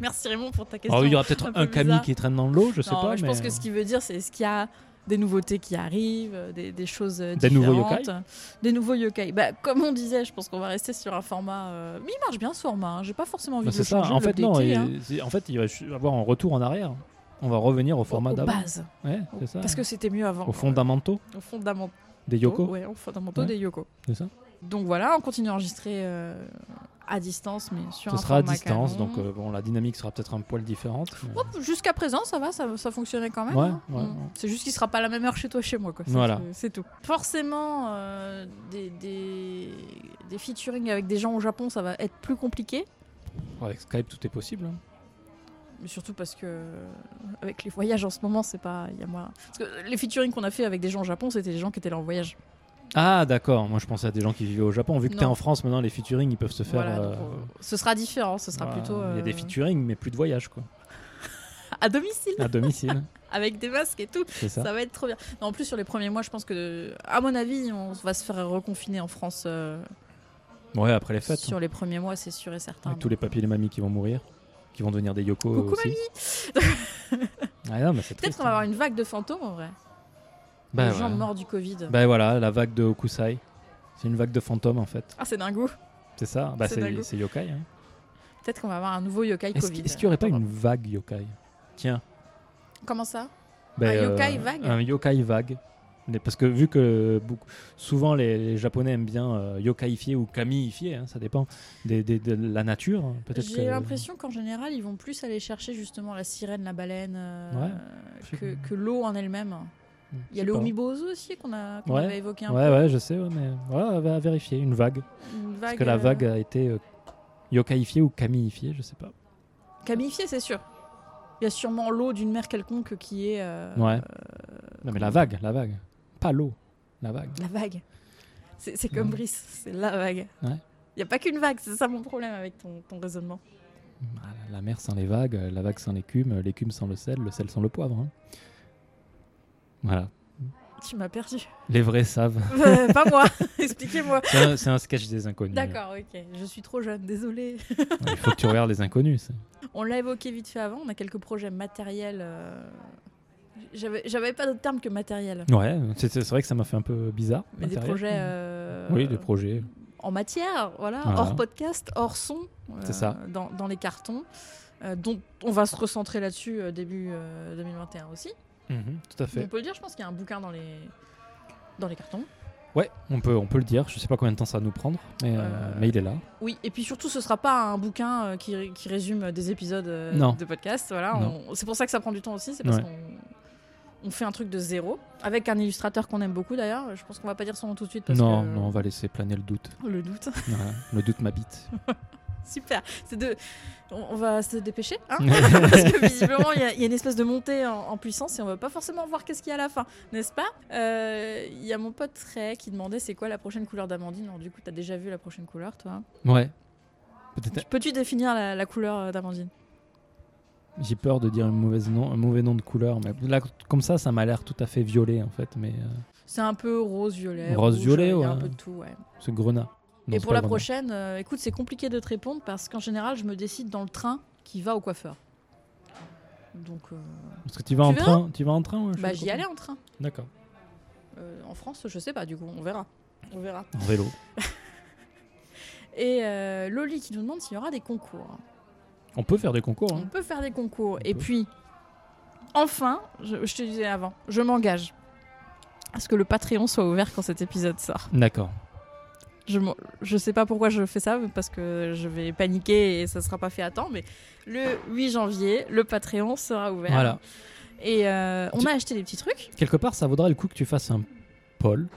[SPEAKER 3] Merci Raymond pour ta question.
[SPEAKER 2] Alors il y aura peut-être
[SPEAKER 3] un peu
[SPEAKER 2] un kami
[SPEAKER 3] bizarre.
[SPEAKER 2] qui traîne dans l'eau, je sais
[SPEAKER 3] Non,
[SPEAKER 2] pas.
[SPEAKER 3] moi, Je pense
[SPEAKER 2] mais- euh,
[SPEAKER 3] que ce qu'il veut dire, c'est ce qu'il y a des nouveautés qui arrivent, euh, des, des choses euh,
[SPEAKER 2] Des nouveaux
[SPEAKER 3] différentes. Des nouveaux yokai. Bah, comme on disait, je pense qu'on va rester sur un format. euh, Mais il marche bien ce format. hein. J'ai pas forcément envie
[SPEAKER 2] Bah,
[SPEAKER 3] de
[SPEAKER 2] c'est
[SPEAKER 3] le
[SPEAKER 2] ça.
[SPEAKER 3] changer,
[SPEAKER 2] En
[SPEAKER 3] de
[SPEAKER 2] fait non.
[SPEAKER 3] l'updater,
[SPEAKER 2] et-
[SPEAKER 3] hein.
[SPEAKER 2] c'est- En fait il va ch- avoir un retour en arrière. On va revenir au format
[SPEAKER 3] Aux- aux
[SPEAKER 2] d'avant.
[SPEAKER 3] bases.
[SPEAKER 2] Ouais, c'est ça.
[SPEAKER 3] Parce que c'était mieux avant.
[SPEAKER 2] Aux fondamentaux
[SPEAKER 3] Aux fondamentaux.
[SPEAKER 2] des yoko.
[SPEAKER 3] Ouais, aux fondamentaux
[SPEAKER 2] Ouais.
[SPEAKER 3] des yoko.
[SPEAKER 2] C'est ça.
[SPEAKER 3] Donc voilà, on continue à enregistrer euh, à distance, mais sur
[SPEAKER 2] Ce
[SPEAKER 3] un
[SPEAKER 2] sera à
[SPEAKER 3] format
[SPEAKER 2] distance,
[SPEAKER 3] canon.
[SPEAKER 2] donc euh, bon, la dynamique sera peut-être un poil différente. mais-
[SPEAKER 3] Hop, Jusqu'à présent, ça va, ça, ça fonctionnait quand même.
[SPEAKER 2] Ouais,
[SPEAKER 3] hein.
[SPEAKER 2] ouais, ouais.
[SPEAKER 3] C'est juste qu'il sera pas à la même heure chez toi, chez moi. Quoi. C'est
[SPEAKER 2] Voilà.
[SPEAKER 3] tout- C'est tout. Forcément, euh, des, des, des featuring avec des gens au Japon, ça va être plus compliqué.
[SPEAKER 2] Avec Skype, tout est possible. hein.
[SPEAKER 3] Mais surtout parce que, euh, avec les voyages en ce moment, c'est pas. Il y a moins. Parce que les featuring qu'on a fait avec des gens au Japon, c'était des gens qui étaient là en voyage.
[SPEAKER 2] Ah, d'accord. Moi, je pensais à des gens qui vivaient au Japon. Vu que
[SPEAKER 3] Non.
[SPEAKER 2] t'es en France, maintenant, les featuring, ils peuvent se faire.
[SPEAKER 3] Voilà, donc,
[SPEAKER 2] euh,
[SPEAKER 3] euh, ce sera différent, ce sera
[SPEAKER 2] voilà,
[SPEAKER 3] plutôt.
[SPEAKER 2] Il y a
[SPEAKER 3] euh,
[SPEAKER 2] des featuring, mais plus de voyage, quoi.
[SPEAKER 3] À domicile,
[SPEAKER 2] À domicile,
[SPEAKER 3] avec des masques et tout.
[SPEAKER 2] c'est ça.
[SPEAKER 3] Ça va être trop bien. Non, en plus, sur les premiers mois, je pense que, à mon avis, on va se faire reconfiner en France euh,
[SPEAKER 2] Ouais, après les fêtes. hein.
[SPEAKER 3] sur les premiers mois, c'est sûr et certain.
[SPEAKER 2] Avec tous les papiers et les mamies qui vont mourir, qui vont devenir des yoko
[SPEAKER 3] Coucou,
[SPEAKER 2] aussi. Ah, non, mais c'est
[SPEAKER 3] Peut-être
[SPEAKER 2] triste,
[SPEAKER 3] qu'on va
[SPEAKER 2] hein.
[SPEAKER 3] avoir une vague de fantômes en vrai.
[SPEAKER 2] Bah,
[SPEAKER 3] les gens
[SPEAKER 2] ouais.
[SPEAKER 3] morts du Covid.
[SPEAKER 2] Bah, voilà, la vague de Okusai. C'est une vague de fantômes, en fait.
[SPEAKER 3] Ah, c'est dingo.
[SPEAKER 2] C'est ça. Bah,
[SPEAKER 3] C'est
[SPEAKER 2] c'est
[SPEAKER 3] dingo.
[SPEAKER 2] c'est yokai. hein.
[SPEAKER 3] Peut-être qu'on va avoir un nouveau yokai
[SPEAKER 2] Est-ce
[SPEAKER 3] Covid.
[SPEAKER 2] est-ce qu'il n'y aurait pas une vague yokai Tiens.
[SPEAKER 3] Comment ça
[SPEAKER 2] Ben,
[SPEAKER 3] Un yokai vague
[SPEAKER 2] Un yokai vague. Mais Parce que vu que beaucoup- souvent les, les Japonais aiment bien euh, yokaifier ou kamiifier, hein, ça dépend des- des- de la nature. hein, Peut-être
[SPEAKER 3] J'ai
[SPEAKER 2] que-
[SPEAKER 3] l'impression qu'en général, ils vont plus aller chercher justement la sirène, la baleine, euh,
[SPEAKER 2] Ouais.
[SPEAKER 3] que, que l'eau en elle-même. Il y a
[SPEAKER 2] Je sais
[SPEAKER 3] le
[SPEAKER 2] pas.
[SPEAKER 3] homibozo aussi qu'on a, qu'on
[SPEAKER 2] Ouais.
[SPEAKER 3] avait évoqué un
[SPEAKER 2] Ouais, ouais, je sais, ouais, mais voilà, à vérifier, une vague.
[SPEAKER 3] peu. Une
[SPEAKER 2] Parce que la
[SPEAKER 3] euh,
[SPEAKER 2] vague a été euh, yokaifiée ou kamiifiée, je sais pas.
[SPEAKER 3] Camifiée, c'est sûr. Il y a sûrement l'eau d'une mer quelconque qui est. euh,
[SPEAKER 2] Ouais.
[SPEAKER 3] euh,
[SPEAKER 2] Non, mais la vague, la vague. Pas l'eau, la vague.
[SPEAKER 3] La vague. C'est c'est comme
[SPEAKER 2] Ouais.
[SPEAKER 3] Brice, c'est la vague. Il
[SPEAKER 2] Ouais.
[SPEAKER 3] n'y a pas qu'une vague, c'est ça mon problème avec ton, ton raisonnement.
[SPEAKER 2] Ah, la- La mer sans les vagues, euh, la vague sans l'écume, euh, l'écume sans le sel, le sel sans le poivre. hein. Voilà.
[SPEAKER 3] Tu m'as perdu.
[SPEAKER 2] Les vrais savent.
[SPEAKER 3] Euh, pas moi, expliquez-moi.
[SPEAKER 2] C'est un, c'est un sketch des inconnus.
[SPEAKER 3] D'accord, ok. Je suis trop jeune, désolée.
[SPEAKER 2] Il faut que tu regardes les inconnus. ça.
[SPEAKER 3] On l'a évoqué vite fait avant, on a quelques projets matériels. euh, J'avais j'avais pas d'autre terme que matériel.
[SPEAKER 2] Ouais, c'est c'est vrai que ça m'a fait un peu bizarre.
[SPEAKER 3] Mais des
[SPEAKER 2] matériel. mm.
[SPEAKER 3] projets euh,
[SPEAKER 2] Oui, des projets.
[SPEAKER 3] en matière, voilà,
[SPEAKER 2] Voilà.
[SPEAKER 3] hors podcast, hors son, euh,
[SPEAKER 2] C'est ça.
[SPEAKER 3] Dans, dans les cartons. euh, dont on va se recentrer là-dessus euh, début euh, 2021 aussi.
[SPEAKER 2] tout à
[SPEAKER 3] On peut le dire, je pense qu'il y a un bouquin dans les, dans les cartons.
[SPEAKER 2] Ouais, on peut, on peut le dire. Je sais pas combien de temps ça va nous prendre, mais, euh,
[SPEAKER 3] Euh,
[SPEAKER 2] mais il est là.
[SPEAKER 3] Oui, et puis surtout, ce sera pas un bouquin euh, qui, qui résume des épisodes euh,
[SPEAKER 2] Non.
[SPEAKER 3] de podcast. Voilà,
[SPEAKER 2] Non.
[SPEAKER 3] on- c'est pour ça que ça prend du temps aussi, c'est parce
[SPEAKER 2] Ouais.
[SPEAKER 3] qu'on on fait un truc de zéro avec un illustrateur qu'on aime beaucoup d'ailleurs. Je pense qu'on va pas dire son nom tout de suite parce
[SPEAKER 2] Non,
[SPEAKER 3] que
[SPEAKER 2] non, on va laisser planer le doute.
[SPEAKER 3] le doute.
[SPEAKER 2] Voilà, le doute m'habite.
[SPEAKER 3] Super, c'est de, on, on va se dépêcher, hein parce que visiblement il y a- il y, a une espèce de montée en, en puissance et on va pas forcément voir qu'est-ce qu'il y a à la fin, n'est-ce pas Euh, Il y a mon pote Ray qui demandait c'est quoi la prochaine couleur d'Amandine. Alors du coup, t'as déjà vu la prochaine couleur, toi
[SPEAKER 2] Ouais. Peut-être.
[SPEAKER 3] Peux-tu définir la, la couleur euh, d'Amandine
[SPEAKER 2] J'ai peur de dire un mauvais nom, un mauvais nom de couleur, mais là, comme ça, ça m'a l'air tout à fait violet en fait. Mais euh,
[SPEAKER 3] C'est un peu rose violet.
[SPEAKER 2] Rose
[SPEAKER 3] rouge,
[SPEAKER 2] violet,
[SPEAKER 3] euh, Il y a un
[SPEAKER 2] ouais.
[SPEAKER 3] peu de tout, ouais.
[SPEAKER 2] ce grenat. Non,
[SPEAKER 3] et
[SPEAKER 2] c'est
[SPEAKER 3] pour
[SPEAKER 2] pas
[SPEAKER 3] la
[SPEAKER 2] grenat.
[SPEAKER 3] prochaine, euh, écoute, c'est compliqué de te répondre parce qu'en général, je me décide dans le train qui va au coiffeur. Donc, euh,
[SPEAKER 2] Parce que tu vas
[SPEAKER 3] Tu
[SPEAKER 2] en
[SPEAKER 3] verras.
[SPEAKER 2] train, tu vas en train. ouais, je
[SPEAKER 3] bah,
[SPEAKER 2] sais
[SPEAKER 3] j'y
[SPEAKER 2] pas.
[SPEAKER 3] allais en train.
[SPEAKER 2] D'accord.
[SPEAKER 3] Euh, en France, je sais pas, du coup, on verra. On verra.
[SPEAKER 2] En vélo.
[SPEAKER 3] Et euh, Loli qui nous demande s'il y aura des concours.
[SPEAKER 2] On peut faire des concours.
[SPEAKER 3] On
[SPEAKER 2] hein.
[SPEAKER 3] peut faire des concours.
[SPEAKER 2] On
[SPEAKER 3] Et
[SPEAKER 2] peut.
[SPEAKER 3] puis, enfin, je, je te disais avant, je m'engage à ce que le Patreon soit ouvert quand cet épisode sort.
[SPEAKER 2] D'accord.
[SPEAKER 3] Je, m'en- je sais pas pourquoi je fais ça, parce que je vais paniquer et ça sera pas fait à temps, mais le 8 janvier, le Patreon sera ouvert.
[SPEAKER 2] Voilà.
[SPEAKER 3] Et euh, on
[SPEAKER 2] Tu-
[SPEAKER 3] a acheté des petits trucs.
[SPEAKER 2] Quelque part, ça vaudrait le coup que tu fasses un poll.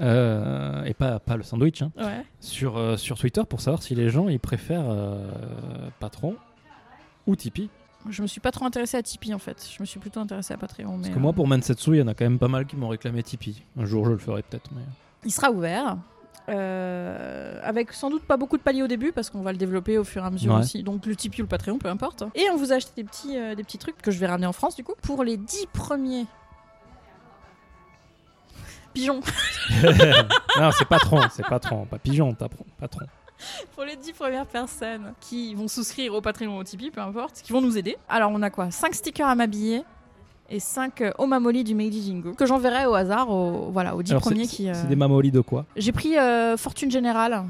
[SPEAKER 2] euh, et pas, pas le sandwich, hein,
[SPEAKER 3] Ouais.
[SPEAKER 2] sur, euh, sur Twitter pour savoir si les gens ils préfèrent euh, Patron ou Tipeee.
[SPEAKER 3] Je me suis pas trop intéressée à Tipeee en fait. Je me suis plutôt intéressée à Patreon.
[SPEAKER 2] Parce
[SPEAKER 3] mais,
[SPEAKER 2] que
[SPEAKER 3] euh,
[SPEAKER 2] moi, pour Mansetsu, il y en a quand même pas mal qui m'ont réclamé Tipeee. Un jour, je le ferai peut-être. Mais...
[SPEAKER 3] Il sera ouvert. euh, avec sans doute pas beaucoup de paliers au début parce qu'on va le développer au fur et à mesure
[SPEAKER 2] Ouais.
[SPEAKER 3] aussi. Donc le Tipeee ou le Patreon, peu importe. Et on vous a acheté des petits, euh, des petits trucs que je vais ramener en France du coup pour les 10 premiers. Pigeons
[SPEAKER 2] non, c'est Patron, c'est Patron, pas Pigeon, Patron. patron.
[SPEAKER 3] Pour les 10 premières personnes qui vont souscrire au Patreon ou au Tipeee, peu importe, qui vont nous aider. Alors on a quoi 5 stickers à m'habiller et 5 omamoli du Meiji Jingo que j'enverrai au hasard au, voilà, aux 10
[SPEAKER 2] Alors, c'est-
[SPEAKER 3] premiers
[SPEAKER 2] c'est-
[SPEAKER 3] qui. euh,
[SPEAKER 2] C'est des mamolis de quoi
[SPEAKER 3] J'ai pris euh, Fortune Générale.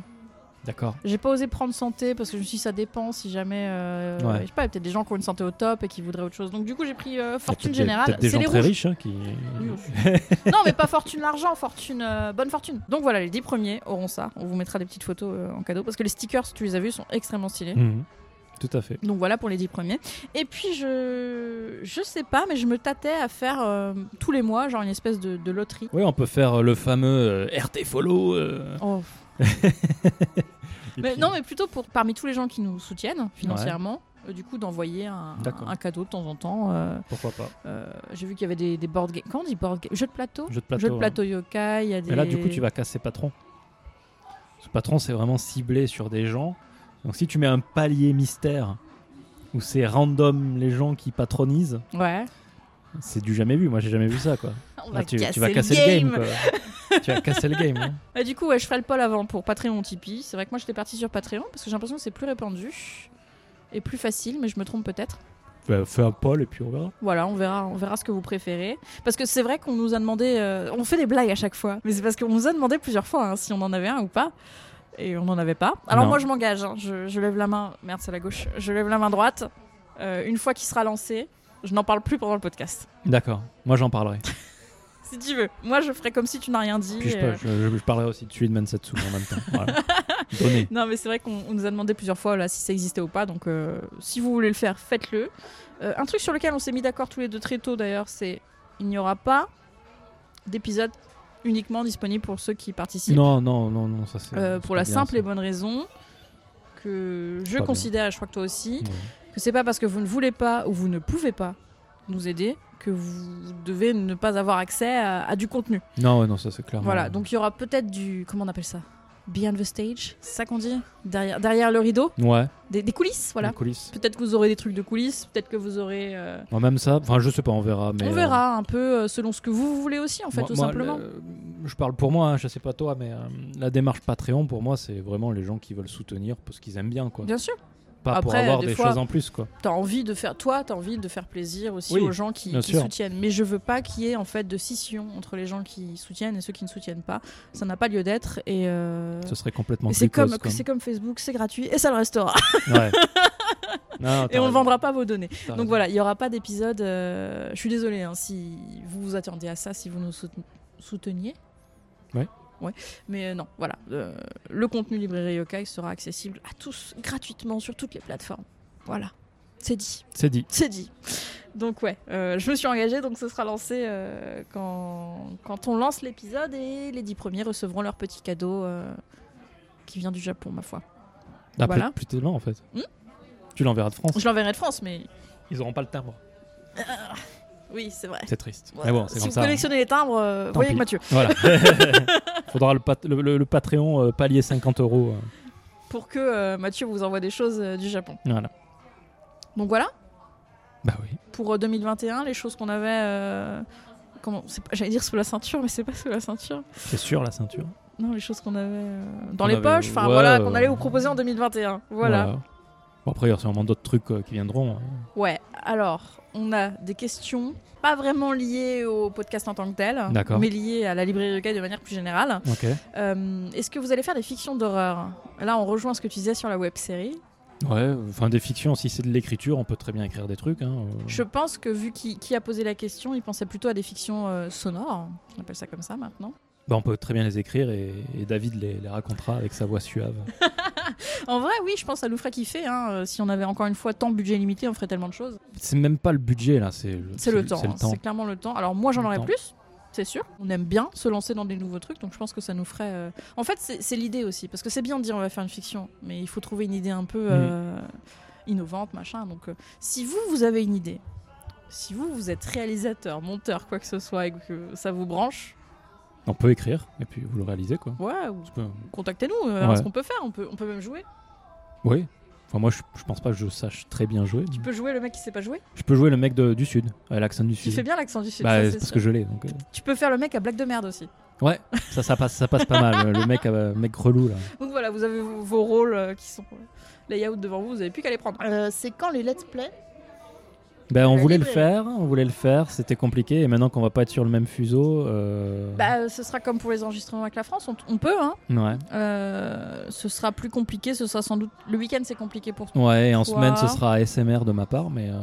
[SPEAKER 2] D'accord.
[SPEAKER 3] J'ai pas osé prendre santé parce que je me suis dit ça dépend si jamais. euh,
[SPEAKER 2] Ouais.
[SPEAKER 3] Je sais pas, il y a peut-être des gens qui ont une santé au top et qui voudraient autre chose. Donc du coup, j'ai pris euh, Fortune
[SPEAKER 2] Il y a peut-être des-
[SPEAKER 3] Générale.
[SPEAKER 2] peut-être des
[SPEAKER 3] C'est
[SPEAKER 2] gens
[SPEAKER 3] les
[SPEAKER 2] très
[SPEAKER 3] rouges.
[SPEAKER 2] riches hein, qui.
[SPEAKER 3] Oui, aussi. non, mais pas Fortune l'argent, Fortune euh, bonne fortune. Donc voilà, les 10 premiers auront ça. On vous mettra des petites photos euh, en cadeau parce que les stickers, si tu les as vus, sont extrêmement stylés.
[SPEAKER 2] Mhm. Tout à fait.
[SPEAKER 3] Donc voilà pour les 10 premiers. Et puis je je sais pas, mais je me tâtais à faire euh, tous les mois genre une espèce de, de loterie.
[SPEAKER 2] Oui, on peut faire euh, le fameux euh, RT Follow. euh,
[SPEAKER 3] Oh.
[SPEAKER 2] et
[SPEAKER 3] Mais
[SPEAKER 2] puis-
[SPEAKER 3] non, mais plutôt pour parmi tous les gens qui nous soutiennent financièrement, euh, du coup d'envoyer un,
[SPEAKER 2] D'accord.
[SPEAKER 3] un cadeau de temps en temps. euh,
[SPEAKER 2] Pourquoi pas
[SPEAKER 3] euh, J'ai vu qu'il y avait des, des board games. Comment on dit board game Jeux de plateau.
[SPEAKER 2] Jeu de plateau.
[SPEAKER 3] Jeux de
[SPEAKER 2] hein.
[SPEAKER 3] plateau yokai. Il y a des.
[SPEAKER 2] Et là, du coup, tu vas casser patron. Ce patron, c'est vraiment ciblé sur des gens. Donc, si tu mets un palier mystère où c'est random les gens qui patronisent,
[SPEAKER 3] Ouais.
[SPEAKER 2] c'est du jamais vu. Moi, j'ai jamais vu ça, quoi.
[SPEAKER 3] On
[SPEAKER 2] Là,
[SPEAKER 3] va
[SPEAKER 2] tu, tu
[SPEAKER 3] casser
[SPEAKER 2] vas
[SPEAKER 3] le
[SPEAKER 2] casser
[SPEAKER 3] game.
[SPEAKER 2] quoi. tu vas casser le game. hein.
[SPEAKER 3] Et du coup, ouais, je ferai le poll avant pour Patreon ou Tipeee. C'est vrai que moi, j'étais partie sur Patreon parce que j'ai l'impression que c'est plus répandu et plus facile, mais je me trompe peut-être.
[SPEAKER 2] Bah, fais un poll et puis on verra.
[SPEAKER 3] Voilà, on verra, on verra ce que vous préférez. Parce que c'est vrai qu'on nous a demandé, euh, on fait des blagues à chaque fois, mais c'est parce qu'on nous a demandé plusieurs fois hein, si on en avait un ou pas. Et on n'en avait pas. Alors
[SPEAKER 2] Non.
[SPEAKER 3] moi, je m'engage. hein. Je, je lève la main. Merde, c'est la gauche. Je lève la main droite. Euh, une fois qu'il sera lancé, je n'en parle plus pendant le podcast.
[SPEAKER 2] D'accord. Moi, j'en parlerai.
[SPEAKER 3] Si tu veux. Moi, je ferai comme si tu n'as rien dit.
[SPEAKER 2] Puis je,
[SPEAKER 3] euh,
[SPEAKER 2] peux- je- je- je parlerai aussi de celui de Mansetsu en même temps. Voilà. Donné.
[SPEAKER 3] Non, mais c'est vrai qu'on on nous a demandé plusieurs fois là, si ça existait ou pas. Donc, euh, si vous voulez le faire, faites-le. Euh, un truc sur lequel on s'est mis d'accord tous les deux très tôt d'ailleurs, c'est il n'y aura pas d'épisode uniquement disponible pour ceux qui participent.
[SPEAKER 2] Non, non, non, non, ça c'est.
[SPEAKER 3] Euh,
[SPEAKER 2] c'est
[SPEAKER 3] pour
[SPEAKER 2] pas
[SPEAKER 3] la
[SPEAKER 2] bien,
[SPEAKER 3] simple
[SPEAKER 2] ça.
[SPEAKER 3] et bonne raison que je
[SPEAKER 2] pas bien.
[SPEAKER 3] considère, et je crois que toi aussi,
[SPEAKER 2] Ouais.
[SPEAKER 3] que c'est pas parce que vous ne voulez pas ou vous ne pouvez pas nous aider que vous devez ne pas avoir accès à, à du contenu.
[SPEAKER 2] Non, ouais, non, ça c'est clair.
[SPEAKER 3] Voilà, donc il y aura peut-être du. Comment on appelle ça Behind the stage C'est ça qu'on dit derrière, derrière le rideau
[SPEAKER 2] Ouais,
[SPEAKER 3] des, des coulisses,
[SPEAKER 2] voilà.
[SPEAKER 3] voilà. Peut-être que vous aurez des trucs de coulisses, peut-être que vous aurez. euh,
[SPEAKER 2] Moi, même ça, enfin, je sais pas, on verra. Mais
[SPEAKER 3] on verra un peu euh, selon ce que vous voulez aussi, en fait,
[SPEAKER 2] Moi-
[SPEAKER 3] tout
[SPEAKER 2] moi,
[SPEAKER 3] simplement.
[SPEAKER 2] le- je parle pour moi, hein, je sais pas toi, mais euh, la démarche Patreon, pour moi, c'est vraiment les gens qui veulent soutenir parce qu'ils aiment bien, quoi.
[SPEAKER 3] Bien sûr.
[SPEAKER 2] Pas pour
[SPEAKER 3] Après,
[SPEAKER 2] avoir
[SPEAKER 3] des
[SPEAKER 2] des
[SPEAKER 3] fois- euh,
[SPEAKER 2] choses en plus, quoi.
[SPEAKER 3] T'as envie de faire. Toi, t'as envie de faire plaisir aussi
[SPEAKER 2] Oui,
[SPEAKER 3] aux gens qui,
[SPEAKER 2] bien
[SPEAKER 3] qui
[SPEAKER 2] sûr.
[SPEAKER 3] soutiennent. Mais je veux pas qu'il y ait, en fait, de scission entre les gens qui soutiennent et ceux qui ne soutiennent pas. Ça n'a pas lieu d'être. Et. euh,
[SPEAKER 2] Ce serait complètement
[SPEAKER 3] et c'est
[SPEAKER 2] glucose,
[SPEAKER 3] comme,
[SPEAKER 2] quoi.
[SPEAKER 3] c'est comme Facebook, c'est gratuit et ça le restera.
[SPEAKER 2] Ouais. Non,
[SPEAKER 3] Et
[SPEAKER 2] Ah, t'as
[SPEAKER 3] on ne
[SPEAKER 2] raison,
[SPEAKER 3] vendra pas vos données.
[SPEAKER 2] t'as raison.
[SPEAKER 3] Donc voilà, il n'y aura pas d'épisode. euh, Je suis désolée hein, si vous vous attendiez à ça, si vous nous souten- souteniez.
[SPEAKER 2] Ouais.
[SPEAKER 3] Ouais. Mais euh, non, voilà. euh, le contenu Librairie Yokai sera accessible à tous gratuitement sur toutes les plateformes. Voilà. C'est dit.
[SPEAKER 2] C'est dit.
[SPEAKER 3] C'est dit. Donc ouais, euh, je me suis engagée, donc ce sera lancé euh, quand, quand on lance l'épisode et les dix premiers recevront leur petit cadeau euh, qui vient du Japon, ma foi.
[SPEAKER 2] Ah,
[SPEAKER 3] Voilà.
[SPEAKER 2] plus- Plus tellement, en fait.
[SPEAKER 3] Hmm
[SPEAKER 2] Tu l'enverras de France.
[SPEAKER 3] Je l'enverrai de France, mais
[SPEAKER 2] Ils auront pas le timbre.
[SPEAKER 3] oui, c'est vrai.
[SPEAKER 2] C'est triste.
[SPEAKER 3] Voilà.
[SPEAKER 2] Mais bon, c'est
[SPEAKER 3] si
[SPEAKER 2] comme
[SPEAKER 3] vous
[SPEAKER 2] ça. hein.
[SPEAKER 3] collectionnez les timbres, euh,
[SPEAKER 2] Tant
[SPEAKER 3] voyez
[SPEAKER 2] pis.
[SPEAKER 3] avec Mathieu.
[SPEAKER 2] Voilà. Faudra le, pat- le, le- le Patreon euh, palier 50 euros. euh,
[SPEAKER 3] pour que euh, Mathieu vous envoie des choses euh, du Japon.
[SPEAKER 2] Voilà.
[SPEAKER 3] Donc voilà,
[SPEAKER 2] Bah oui.
[SPEAKER 3] pour euh, 2021, les choses qu'on avait. euh, comment c'est pas- J'allais dire sous la ceinture, mais c'est pas sous la ceinture.
[SPEAKER 2] C'est sûr, la ceinture.
[SPEAKER 3] Non, les choses qu'on avait euh, dans
[SPEAKER 2] Qu'on
[SPEAKER 3] les
[SPEAKER 2] avait,
[SPEAKER 3] poches, enfin
[SPEAKER 2] ouais,
[SPEAKER 3] voilà,
[SPEAKER 2] euh,
[SPEAKER 3] qu'on allait vous proposer en 2021. Voilà.
[SPEAKER 2] Bon, après, il y aura sûrement d'autres trucs euh, qui viendront. hein.
[SPEAKER 3] Ouais, alors, on a des questions, pas vraiment liées au podcast en tant que tel,
[SPEAKER 2] D'accord.
[SPEAKER 3] mais liées à la librairie Yokai de manière plus générale.
[SPEAKER 2] Ok.
[SPEAKER 3] Euh, Est-ce que vous allez faire des fictions d'horreur Là, on rejoint ce que tu disais sur la web série.
[SPEAKER 2] Ouais, enfin des fictions, si c'est de l'écriture, on peut très bien écrire des trucs. hein, euh.
[SPEAKER 3] Je pense que vu qui, qui a posé la question, il pensait plutôt à des fictions euh, sonores, on appelle ça comme ça maintenant.
[SPEAKER 2] Bah, on peut très bien les écrire et, et David les, les racontera avec sa voix suave.
[SPEAKER 3] En vrai, oui, je pense que ça nous ferait kiffer. hein. Euh, Si on avait encore une fois tant de budget limité, on ferait tellement de choses.
[SPEAKER 2] C'est même pas le budget là, c'est le,
[SPEAKER 3] C'est le temps,
[SPEAKER 2] C'est
[SPEAKER 3] hein. c'est clairement le temps. Alors moi, j'en
[SPEAKER 2] Le
[SPEAKER 3] aurais
[SPEAKER 2] temps.
[SPEAKER 3] plus, c'est sûr. On aime bien se lancer dans des nouveaux trucs, donc je pense que ça nous ferait. euh, En fait, c'est c'est l'idée aussi, parce que c'est bien de dire on va faire une fiction, mais il faut trouver une idée un peu euh, innovante, machin. Donc euh, si vous, vous avez une idée, si vous, vous êtes réalisateur, monteur, quoi que ce soit, et que ça vous branche,
[SPEAKER 2] On peut écrire et puis vous le réalisez quoi.
[SPEAKER 3] ouais, ou-
[SPEAKER 2] Parce que-
[SPEAKER 3] contactez-nous, euh,
[SPEAKER 2] Ouais.
[SPEAKER 3] ce qu'on peut faire, on peut, on peut même jouer.
[SPEAKER 2] Oui. Enfin, moi, je, je pense pas que je sache très bien jouer.
[SPEAKER 3] Tu peux jouer le mec qui sait pas jouer,
[SPEAKER 2] Je peux jouer le mec de- du sud, à l'accent du
[SPEAKER 3] qui
[SPEAKER 2] sud.
[SPEAKER 3] fait bien l'accent du sud.
[SPEAKER 2] Bah,
[SPEAKER 3] ça,
[SPEAKER 2] c'est
[SPEAKER 3] c'est
[SPEAKER 2] parce
[SPEAKER 3] sûr.
[SPEAKER 2] que je l'ai. donc, euh.
[SPEAKER 3] Tu peux faire le mec à blague de merde aussi.
[SPEAKER 2] Ouais, ça, ça passe, ça passe pas mal. Le mec, euh, mec relou là.
[SPEAKER 3] Donc voilà, vous avez vos, vos rôles euh, qui sont euh, layout devant vous, vous avez plus qu'à les prendre. Euh, c'est quand les let's play
[SPEAKER 2] Ben, on
[SPEAKER 3] La
[SPEAKER 2] voulait le
[SPEAKER 3] librairie.
[SPEAKER 2] faire, on voulait le faire, c'était compliqué. Et maintenant qu'on va pas être sur le même fuseau, euh,
[SPEAKER 3] Bah, euh, ce sera comme pour les enregistrements avec la France, on, on peut, hein.
[SPEAKER 2] ouais.
[SPEAKER 3] Euh, ce sera plus compliqué, ce sera sans doute. Le week-end, c'est compliqué pour toi.
[SPEAKER 2] Ouais, et en
[SPEAKER 3] Toi.
[SPEAKER 2] semaine, ce sera ASMR de ma part, mais. euh,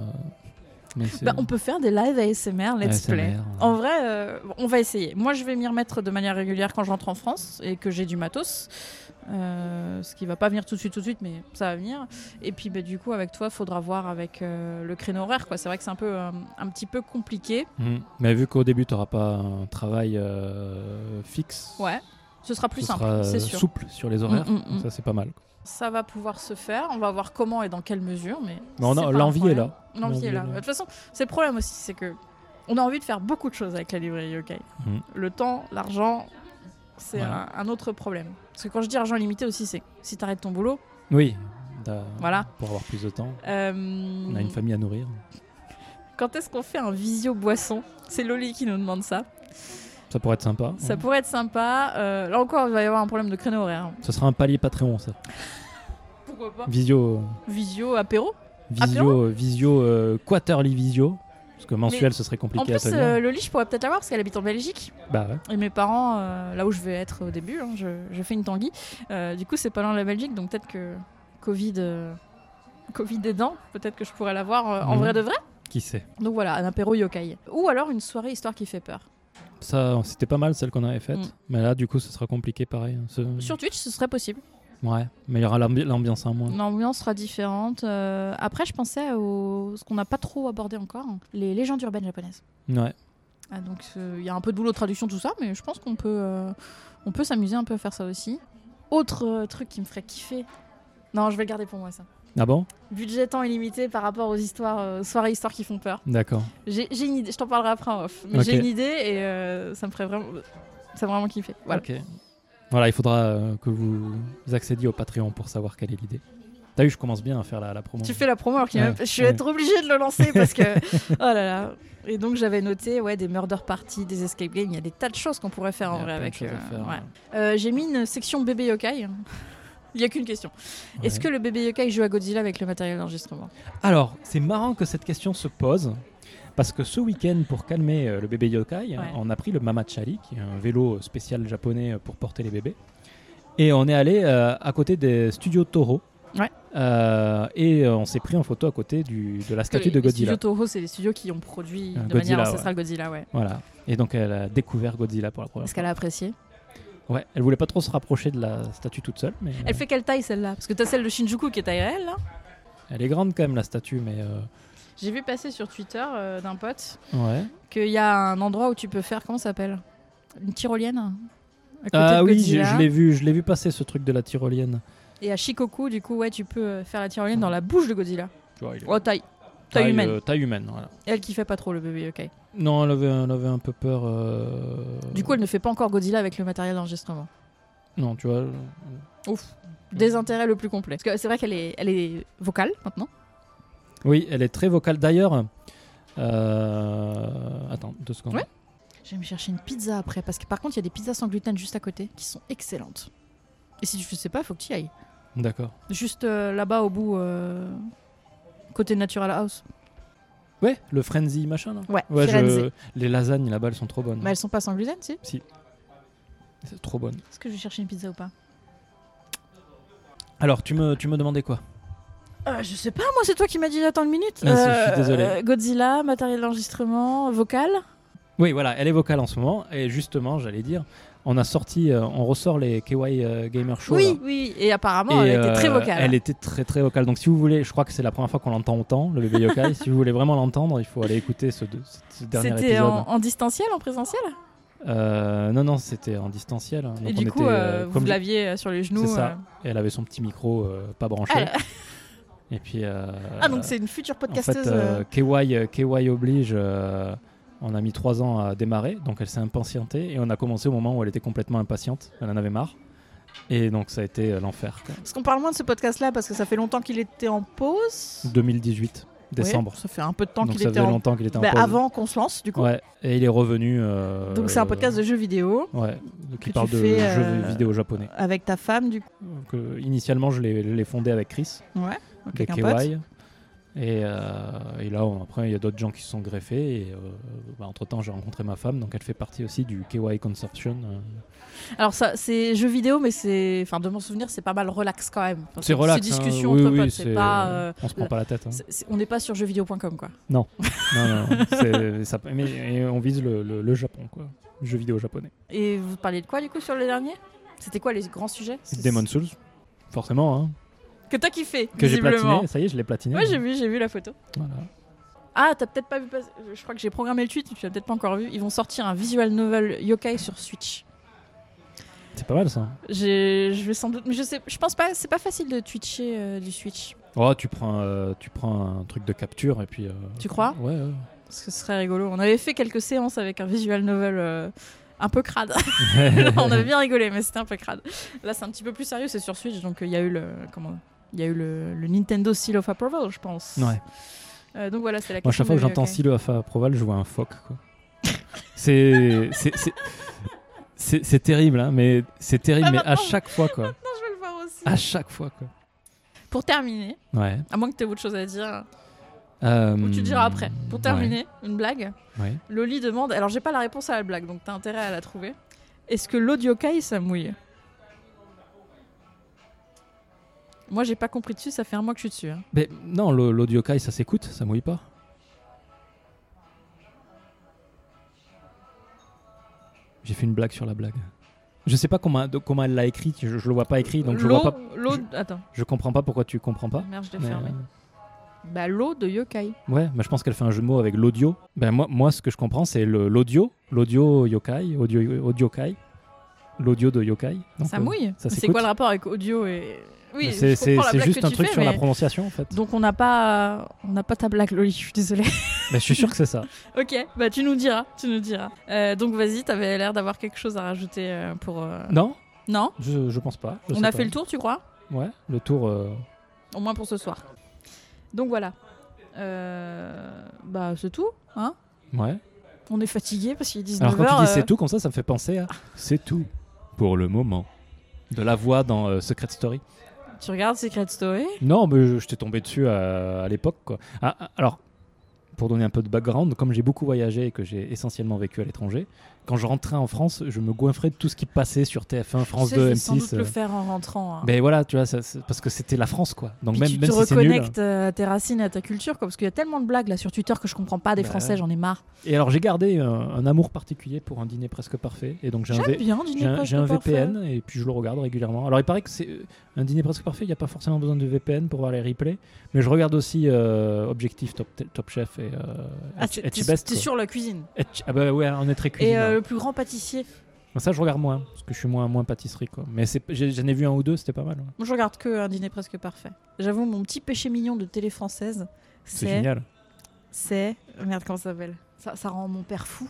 [SPEAKER 2] mais c'est-
[SPEAKER 3] Bah, on peut faire des lives ASMR, let's
[SPEAKER 2] ASMR,
[SPEAKER 3] play.
[SPEAKER 2] ouais.
[SPEAKER 3] En vrai, euh, on va essayer. Moi, je vais m'y remettre de manière régulière quand je rentre en France et que j'ai du matos. Euh, ce qui va pas venir tout de suite, tout de suite, mais ça va venir. Et puis, bah, du coup, avec toi, faudra voir avec euh, le créneau horaire. quoi. C'est vrai que c'est un peu euh, un petit peu compliqué.
[SPEAKER 2] Mm. Mais vu qu'au début, t'auras pas un travail euh, fixe,
[SPEAKER 3] Ouais, ce sera plus
[SPEAKER 2] ce
[SPEAKER 3] simple,
[SPEAKER 2] sera euh,
[SPEAKER 3] c'est sûr.
[SPEAKER 2] souple sur les horaires.
[SPEAKER 3] Mm, mm,
[SPEAKER 2] donc
[SPEAKER 3] mm.
[SPEAKER 2] Ça, c'est pas mal. quoi.
[SPEAKER 3] Ça va pouvoir se faire. On va voir comment et dans quelle mesure, mais.
[SPEAKER 2] Mais on
[SPEAKER 3] c'est
[SPEAKER 2] a-
[SPEAKER 3] pas un
[SPEAKER 2] l'envie est
[SPEAKER 3] problème.
[SPEAKER 2] là.
[SPEAKER 3] L'envie est là. De toute façon, c'est le problème aussi, c'est que on a envie de faire beaucoup de choses avec la librairie yokai.
[SPEAKER 2] Mhm.
[SPEAKER 3] Le temps, l'argent, c'est
[SPEAKER 2] Voilà.
[SPEAKER 3] un, un autre problème. Parce que quand je dis argent limité aussi, c'est si t'arrêtes ton boulot,
[SPEAKER 2] Oui. d'a-
[SPEAKER 3] Voilà.
[SPEAKER 2] Pour avoir plus de temps.
[SPEAKER 3] euh,
[SPEAKER 2] On a une famille à nourrir.
[SPEAKER 3] quand est-ce qu'on fait un visio boisson C'est Loli qui nous demande ça.
[SPEAKER 2] Ça pourrait être sympa.
[SPEAKER 3] Ça pourrait être sympa. Euh, là encore, il va y avoir un problème de créneau horaire.
[SPEAKER 2] Ce sera un palier Patreon, ça.
[SPEAKER 3] Oh. Pourquoi pas
[SPEAKER 2] Visio,
[SPEAKER 3] Visio apéro.
[SPEAKER 2] visio, visio, euh, quarterly visio. Parce que mensuel,
[SPEAKER 3] Mais
[SPEAKER 2] ce serait
[SPEAKER 3] En
[SPEAKER 2] compliqué à
[SPEAKER 3] plus,
[SPEAKER 2] tenir.
[SPEAKER 3] euh, Loli, je pourrais peut-être l'avoir parce qu'elle habite en Belgique.
[SPEAKER 2] Bah ouais.
[SPEAKER 3] Et mes parents, euh, là où je vais être au début, hein, je, je fais une tanguy. Euh, du coup, c'est pas loin de la Belgique, donc peut-être que Covid, euh, Covid aidant, peut-être que je pourrais l'avoir euh, en
[SPEAKER 2] Mhm.
[SPEAKER 3] vrai de vrai.
[SPEAKER 2] Qui sait
[SPEAKER 3] Donc voilà, un apéro yokai. Ou alors une soirée histoire qui fait peur.
[SPEAKER 2] Ça, c'était pas mal celle qu'on avait faite.
[SPEAKER 3] Mm.
[SPEAKER 2] Mais là, du coup, ce sera compliqué pareil. hein. Ce-
[SPEAKER 3] Sur Twitch, ce serait possible.
[SPEAKER 2] Ouais. Mais il y aura l'ambi- l'ambiance en moins.
[SPEAKER 3] L'ambiance sera différente. Euh, après, je pensais au ce qu'on n'a pas trop abordé encore, hein, les légendes urbaines japonaises.
[SPEAKER 2] Ouais.
[SPEAKER 3] Ah, donc euh, il y a un peu de boulot de traduction tout ça, mais je pense qu'on peut, euh, on peut s'amuser un peu à faire ça aussi. Autre euh, truc qui me ferait kiffer. Non, je vais le garder pour moi ça.
[SPEAKER 2] Ah bon
[SPEAKER 3] Budget temps illimité par rapport aux histoires, euh, soirées histoires qui font peur.
[SPEAKER 2] D'accord.
[SPEAKER 3] J'ai j'ai une idée, je t'en parlerai après en off. Mais
[SPEAKER 2] Ok.
[SPEAKER 3] j'ai une idée et euh, ça me ferait vraiment, ça me vraiment kiffer. Voilà.
[SPEAKER 2] Ok. Voilà, il faudra euh, que vous accédiez au Patreon pour savoir quelle est l'idée. T'as vu, je commence bien à faire la, la promo.
[SPEAKER 3] Tu fais la promo alors qu'il y a
[SPEAKER 2] Ouais,
[SPEAKER 3] même- Je vais
[SPEAKER 2] ouais.
[SPEAKER 3] être obligée de le lancer parce que. oh là là. Et donc j'avais noté ouais, des murder parties, des escape games, il y a des tas de choses qu'on pourrait faire
[SPEAKER 2] Il
[SPEAKER 3] en
[SPEAKER 2] y a plein
[SPEAKER 3] vrai
[SPEAKER 2] de
[SPEAKER 3] avec.
[SPEAKER 2] choses à
[SPEAKER 3] euh,
[SPEAKER 2] faire,
[SPEAKER 3] ouais. Euh, J'ai mis une section bébé yokai. Il n'y a qu'une question. Est-ce que le bébé yokai joue à Godzilla avec le matériel d'enregistrement
[SPEAKER 2] Alors, c'est marrant que cette question se pose. Parce que ce week-end, pour calmer euh, le bébé yokai,
[SPEAKER 3] Ouais.
[SPEAKER 2] on a pris le Mamachari, qui est un vélo spécial japonais euh, pour porter les bébés. Et on est allé euh, à côté des studios Toro.
[SPEAKER 3] Ouais.
[SPEAKER 2] Euh, et euh, on s'est pris en photo à côté du, de la statue
[SPEAKER 3] Parce que
[SPEAKER 2] de
[SPEAKER 3] les-
[SPEAKER 2] Godzilla.
[SPEAKER 3] Les studios Toho, c'est les studios qui ont produit
[SPEAKER 2] Euh,
[SPEAKER 3] de
[SPEAKER 2] Godzilla,
[SPEAKER 3] manière ancestrale Godzilla, ouais.
[SPEAKER 2] Voilà. Et donc elle a découvert Godzilla pour la première
[SPEAKER 3] Est-ce
[SPEAKER 2] fois.
[SPEAKER 3] qu'elle a apprécié
[SPEAKER 2] Ouais, elle voulait pas trop se rapprocher de la statue toute seule, mais euh,
[SPEAKER 3] Elle fait quelle taille celle-là Parce que t'as celle de Shinjuku qui est taille réelle là.
[SPEAKER 2] elle est grande quand même la statue, mais euh,
[SPEAKER 3] J'ai vu passer sur Twitter euh, d'un pote
[SPEAKER 2] ouais.
[SPEAKER 3] qu'il y a un endroit où tu peux faire, comment ça s'appelle Une tyrolienne À côté
[SPEAKER 2] Ah
[SPEAKER 3] de
[SPEAKER 2] oui, je,
[SPEAKER 3] Godzilla.
[SPEAKER 2] je l'ai vu, je l'ai vu passer ce truc de la tyrolienne.
[SPEAKER 3] Et à Shikoku, du coup, ouais, tu peux euh, faire la tyrolienne dans la bouche de Godzilla.
[SPEAKER 2] Tu vois, il est-
[SPEAKER 3] Oh, taille. Taille humaine.
[SPEAKER 2] euh, taille humaine, voilà.
[SPEAKER 3] Elle qui fait pas trop le bébé, ok.
[SPEAKER 2] Non, elle avait, elle avait un peu peur. euh,
[SPEAKER 3] Du coup, elle ne fait pas encore Godzilla avec le matériel d'enregistrement.
[SPEAKER 2] non, tu vois. euh,
[SPEAKER 3] Désintérêt le plus complet. Parce que c'est vrai qu'elle est, elle est vocale maintenant.
[SPEAKER 2] Oui, elle est très vocale. D'ailleurs, euh, attends deux secondes.
[SPEAKER 3] Ouais. Je vais me chercher une pizza après, parce que par contre, il y a des pizzas sans gluten juste à côté qui sont excellentes. Et si tu sais pas, faut que tu y ailles.
[SPEAKER 2] D'accord.
[SPEAKER 3] Juste euh, là-bas au bout, euh, côté Natural House.
[SPEAKER 2] Ouais, le frenzy machin là.
[SPEAKER 3] Ouais,
[SPEAKER 2] Ouais,
[SPEAKER 3] Firenze.
[SPEAKER 2] je- les lasagnes là-bas, elles sont trop bonnes.
[SPEAKER 3] Mais elles sont pas sans gluten, si
[SPEAKER 2] C'est trop bonnes.
[SPEAKER 3] Est-ce que je vais chercher une pizza ou pas
[SPEAKER 2] Alors, tu me, tu me demandais quoi
[SPEAKER 3] Euh, je sais pas, moi c'est toi qui m'as dit d'attendre une minute. Euh,
[SPEAKER 2] Ah, c'est- je suis désolé.
[SPEAKER 3] Godzilla, matériel d'enregistrement, vocal.
[SPEAKER 2] Oui, voilà, elle est vocale en ce moment. Et justement, j'allais dire, on a sorti, euh, on ressort les KY euh, Gamer Show. là.
[SPEAKER 3] Oui, oui, et apparemment
[SPEAKER 2] Et,
[SPEAKER 3] elle était très
[SPEAKER 2] euh,
[SPEAKER 3] vocale.
[SPEAKER 2] Elle était très très vocale. Donc si vous voulez, je crois que c'est la première fois qu'on l'entend autant, le bébé yokai. si vous voulez vraiment l'entendre, il faut aller écouter ce, de- ce- ce dernier
[SPEAKER 3] C'était
[SPEAKER 2] épisode. hein.
[SPEAKER 3] en, en distanciel, en présentiel
[SPEAKER 2] Euh, non, non, c'était en distanciel. Donc,
[SPEAKER 3] Et
[SPEAKER 2] on
[SPEAKER 3] du coup,
[SPEAKER 2] était,
[SPEAKER 3] euh,
[SPEAKER 2] euh,
[SPEAKER 3] vous
[SPEAKER 2] comme-
[SPEAKER 3] l'aviez euh, sur les genoux.
[SPEAKER 2] C'est ça.
[SPEAKER 3] euh.
[SPEAKER 2] et elle avait son petit micro euh, pas branché.
[SPEAKER 3] Ah,
[SPEAKER 2] Et puis. euh,
[SPEAKER 3] Ah, donc c'est une future
[SPEAKER 2] En fait,
[SPEAKER 3] podcasteuse.
[SPEAKER 2] euh,
[SPEAKER 3] euh.
[SPEAKER 2] KY, euh, KY oblige. euh, on a mis trois ans à démarrer, donc elle s'est impatientée et on a commencé au moment où elle était complètement impatiente. Elle en avait marre. Et donc ça a été euh, l'enfer. quoi.
[SPEAKER 3] Parce qu'on parle moins de ce podcast-là parce que ça fait longtemps qu'il était en pause.
[SPEAKER 2] 2018, décembre.
[SPEAKER 3] Ouais, ça fait un peu de temps
[SPEAKER 2] donc
[SPEAKER 3] qu'il
[SPEAKER 2] ça
[SPEAKER 3] était
[SPEAKER 2] faisait
[SPEAKER 3] en
[SPEAKER 2] longtemps qu'il était en
[SPEAKER 3] Bah,
[SPEAKER 2] pause.
[SPEAKER 3] avant qu'on se lance, du coup.
[SPEAKER 2] Ouais, et il est revenu. euh,
[SPEAKER 3] Donc c'est un podcast de jeux vidéo
[SPEAKER 2] Ouais,
[SPEAKER 3] que
[SPEAKER 2] qui parle
[SPEAKER 3] tu
[SPEAKER 2] de
[SPEAKER 3] fais,
[SPEAKER 2] jeux
[SPEAKER 3] euh,
[SPEAKER 2] vidéo japonais.
[SPEAKER 3] avec ta femme, du coup.
[SPEAKER 2] Donc, euh, initialement, je l'ai je l'ai fondé avec Chris,
[SPEAKER 3] Ouais. donc
[SPEAKER 2] de
[SPEAKER 3] avec un pote.
[SPEAKER 2] KY. Et, euh, et là, on- après, il y a d'autres gens qui se sont greffés. Et euh, bah, entre-temps, j'ai rencontré ma femme, donc elle fait partie aussi du KY Consortium. euh.
[SPEAKER 3] Alors ça, c'est jeux vidéo, mais c'est, enfin, de mon souvenir, c'est pas mal relax quand même. Enfin,
[SPEAKER 2] C'est relax.
[SPEAKER 3] C'est discussion
[SPEAKER 2] hein. Oui,
[SPEAKER 3] entre
[SPEAKER 2] oui,
[SPEAKER 3] potes. C'est pas. euh,
[SPEAKER 2] on se prend
[SPEAKER 3] la-
[SPEAKER 2] pas la tête. hein.
[SPEAKER 3] c'est- c'est- on n'est pas sur jeuxvideo.com quoi.
[SPEAKER 2] Non, non, c'est- ça- mais et on vise le, le- le Japon, quoi. Jeux vidéo japonais.
[SPEAKER 3] Et vous parliez de quoi du coup sur le dernier C'était quoi les grands sujets
[SPEAKER 2] Demon Souls, forcément, hein,
[SPEAKER 3] Que t'as kiffé
[SPEAKER 2] que j'ai
[SPEAKER 3] visiblement.
[SPEAKER 2] platiné. Ça y est, je l'ai platiné.
[SPEAKER 3] Ouais, j'ai vu, j'ai vu la photo.
[SPEAKER 2] Voilà.
[SPEAKER 3] Ah, t'as peut-être pas vu. passer- Je crois que j'ai programmé le tweet, tu l'as peut-être pas encore vu. Ils vont sortir un visual novel yokai sur Switch.
[SPEAKER 2] C'est pas mal ça.
[SPEAKER 3] J'ai- Je vais sans doute, mais je sais, je pense pas. C'est pas facile de twitcher euh, du Switch.
[SPEAKER 2] Oh, tu prends, euh, tu prends un truc de capture et puis. euh,
[SPEAKER 3] Tu crois
[SPEAKER 2] Ouais. ouais.
[SPEAKER 3] Parce que ce serait rigolo. On avait fait quelques séances avec un visual novel euh, un peu crade. on avait bien rigolé, mais c'était un peu crade. Là, c'est un petit peu plus sérieux, c'est sur Switch, donc euh, il y a eu le comment il y a eu le, le Nintendo Seal of Approval, je pense.
[SPEAKER 2] Ouais.
[SPEAKER 3] Euh, donc voilà, c'est
[SPEAKER 2] Moi,
[SPEAKER 3] la
[SPEAKER 2] à
[SPEAKER 3] question.
[SPEAKER 2] chaque fois que
[SPEAKER 3] de-
[SPEAKER 2] j'entends
[SPEAKER 3] ok.
[SPEAKER 2] Silo Alpha Proval, je vois un phoque. quoi. c'est, c'est, c'est, c'est, c'est terrible, hein, mais c'est terrible,
[SPEAKER 3] Bah,
[SPEAKER 2] mais à
[SPEAKER 3] maintenant-
[SPEAKER 2] chaque fois, quoi.
[SPEAKER 3] Non, je vais le voir aussi.
[SPEAKER 2] À chaque fois, quoi.
[SPEAKER 3] Pour terminer,
[SPEAKER 2] Ouais.
[SPEAKER 3] à moins que tu aies autre chose à dire,
[SPEAKER 2] Euh,
[SPEAKER 3] ou tu diras après. Pour
[SPEAKER 2] ouais,
[SPEAKER 3] terminer, une blague.
[SPEAKER 2] Euh, ouais.
[SPEAKER 3] Loli demande. Alors, j'ai pas la réponse à la blague, donc t'as intérêt à la trouver. Est-ce que l'eau de yokai, ça mouille Moi, j'ai pas compris dessus, ça fait un mois que je suis dessus. hein.
[SPEAKER 2] Mais non, l'au- l'audio kai, ça s'écoute, ça mouille pas. J'ai fait une blague sur la blague. Je sais pas comment, de- comment elle l'a écrit, je, je le vois pas écrit, donc je
[SPEAKER 3] l'eau,
[SPEAKER 2] vois pas.
[SPEAKER 3] l'eau- Attends,
[SPEAKER 2] Je comprends pas pourquoi tu comprends pas.
[SPEAKER 3] merde, je l'ai
[SPEAKER 2] mais,
[SPEAKER 3] fermé.
[SPEAKER 2] euh,
[SPEAKER 3] Bah, l'eau de yokai.
[SPEAKER 2] Ouais, mais je pense qu'elle fait un jeu de mots avec l'audio. Ben moi, moi, ce que je comprends, c'est le- l'audio, l'audio yokai, audio, audio kai, l'audio de yokai. Donc,
[SPEAKER 3] ça
[SPEAKER 2] euh,
[SPEAKER 3] mouille
[SPEAKER 2] ça
[SPEAKER 3] C'est
[SPEAKER 2] s'écoute.
[SPEAKER 3] quoi le rapport avec audio et. Oui,
[SPEAKER 2] mais
[SPEAKER 3] je
[SPEAKER 2] c'est c'est-
[SPEAKER 3] comprends la
[SPEAKER 2] c'est
[SPEAKER 3] blague
[SPEAKER 2] juste
[SPEAKER 3] que
[SPEAKER 2] un
[SPEAKER 3] tu
[SPEAKER 2] truc
[SPEAKER 3] fais,
[SPEAKER 2] sur la
[SPEAKER 3] mais-
[SPEAKER 2] prononciation en fait.
[SPEAKER 3] Donc, on n'a pas, on n'a pas ta blague, Loli, je suis désolée.
[SPEAKER 2] Mais je suis sûr que c'est ça.
[SPEAKER 3] ok, bah tu nous diras, tu nous diras. Euh, donc, vas-y, t'avais l'air d'avoir quelque chose à rajouter euh, pour. euh,
[SPEAKER 2] Non,
[SPEAKER 3] Non
[SPEAKER 2] je, je pense pas. je
[SPEAKER 3] On
[SPEAKER 2] sais
[SPEAKER 3] a
[SPEAKER 2] pas.
[SPEAKER 3] fait le tour, tu crois
[SPEAKER 2] Ouais, le tour. euh,
[SPEAKER 3] Au moins pour ce soir. Donc, voilà. Euh, Bah, c'est tout, hein
[SPEAKER 2] Ouais.
[SPEAKER 3] On est fatigué parce qu'il est 19h.
[SPEAKER 2] Alors quand tu dis
[SPEAKER 3] euh,
[SPEAKER 2] c'est tout comme ça, ça me fait penser à c'est tout pour le moment. De la voix dans euh, Secret Story.
[SPEAKER 3] Tu regardes Secret Story
[SPEAKER 2] Non, mais je, je t'ai tombé dessus à, à l'époque. quoi. Ah, ah, alors, pour donner un peu de background, comme j'ai beaucoup voyagé et que j'ai essentiellement vécu à l'étranger, quand je rentrais en France, je me goinfrais de tout ce qui passait sur TF1, France
[SPEAKER 3] Tu sais, je
[SPEAKER 2] 2,
[SPEAKER 3] vais
[SPEAKER 2] M6.
[SPEAKER 3] sans doute
[SPEAKER 2] euh. Ben,
[SPEAKER 3] le faire en rentrant. hein.
[SPEAKER 2] Mais voilà, tu vois, ça- c'est- parce que c'était la France, quoi. Donc
[SPEAKER 3] Puis
[SPEAKER 2] même,
[SPEAKER 3] tu
[SPEAKER 2] même
[SPEAKER 3] te
[SPEAKER 2] si c'est nul.
[SPEAKER 3] reconnectes euh, à tes racines, à ta culture, quoi, parce qu'il y a tellement de blagues là sur Twitter que je comprends pas des
[SPEAKER 2] Bah
[SPEAKER 3] Français,
[SPEAKER 2] ouais.
[SPEAKER 3] j'en ai marre.
[SPEAKER 2] Et alors j'ai gardé un, un amour particulier pour un dîner presque parfait. Et donc j'ai un,
[SPEAKER 3] J'aime
[SPEAKER 2] V-
[SPEAKER 3] bien dîner
[SPEAKER 2] J'ai un,
[SPEAKER 3] proche
[SPEAKER 2] j'ai
[SPEAKER 3] de
[SPEAKER 2] un
[SPEAKER 3] parfait.
[SPEAKER 2] VPN et puis je le regarde régulièrement. Alors il paraît que c'est euh, un dîner presque parfait, il n'y a pas forcément besoin de VPN pour voir les replays, mais je regarde aussi euh, Objectif, Top, Top Chef et euh,
[SPEAKER 3] Ah,
[SPEAKER 2] Etch-
[SPEAKER 3] c'est-
[SPEAKER 2] Etch
[SPEAKER 3] t'es
[SPEAKER 2] Best,
[SPEAKER 3] t'es
[SPEAKER 2] quoi.
[SPEAKER 3] sur la cuisine.
[SPEAKER 2] Etch- Ah bah ouais, on est très cuisine.
[SPEAKER 3] Et euh,
[SPEAKER 2] hein.
[SPEAKER 3] le plus grand pâtissier.
[SPEAKER 2] Ça je regarde moins, parce que je suis moins, moins pâtisserie. Quoi. Mais c'est- j'ai- j'en ai vu un ou deux, c'était pas mal. hein. ouais.
[SPEAKER 3] Moi, je regarde que un dîner presque parfait. J'avoue, mon petit péché mignon de télé française,
[SPEAKER 2] C'est
[SPEAKER 3] c'est.
[SPEAKER 2] génial.
[SPEAKER 3] C'est. Merde, comment ça s'appelle ça, ça rend mon père fou.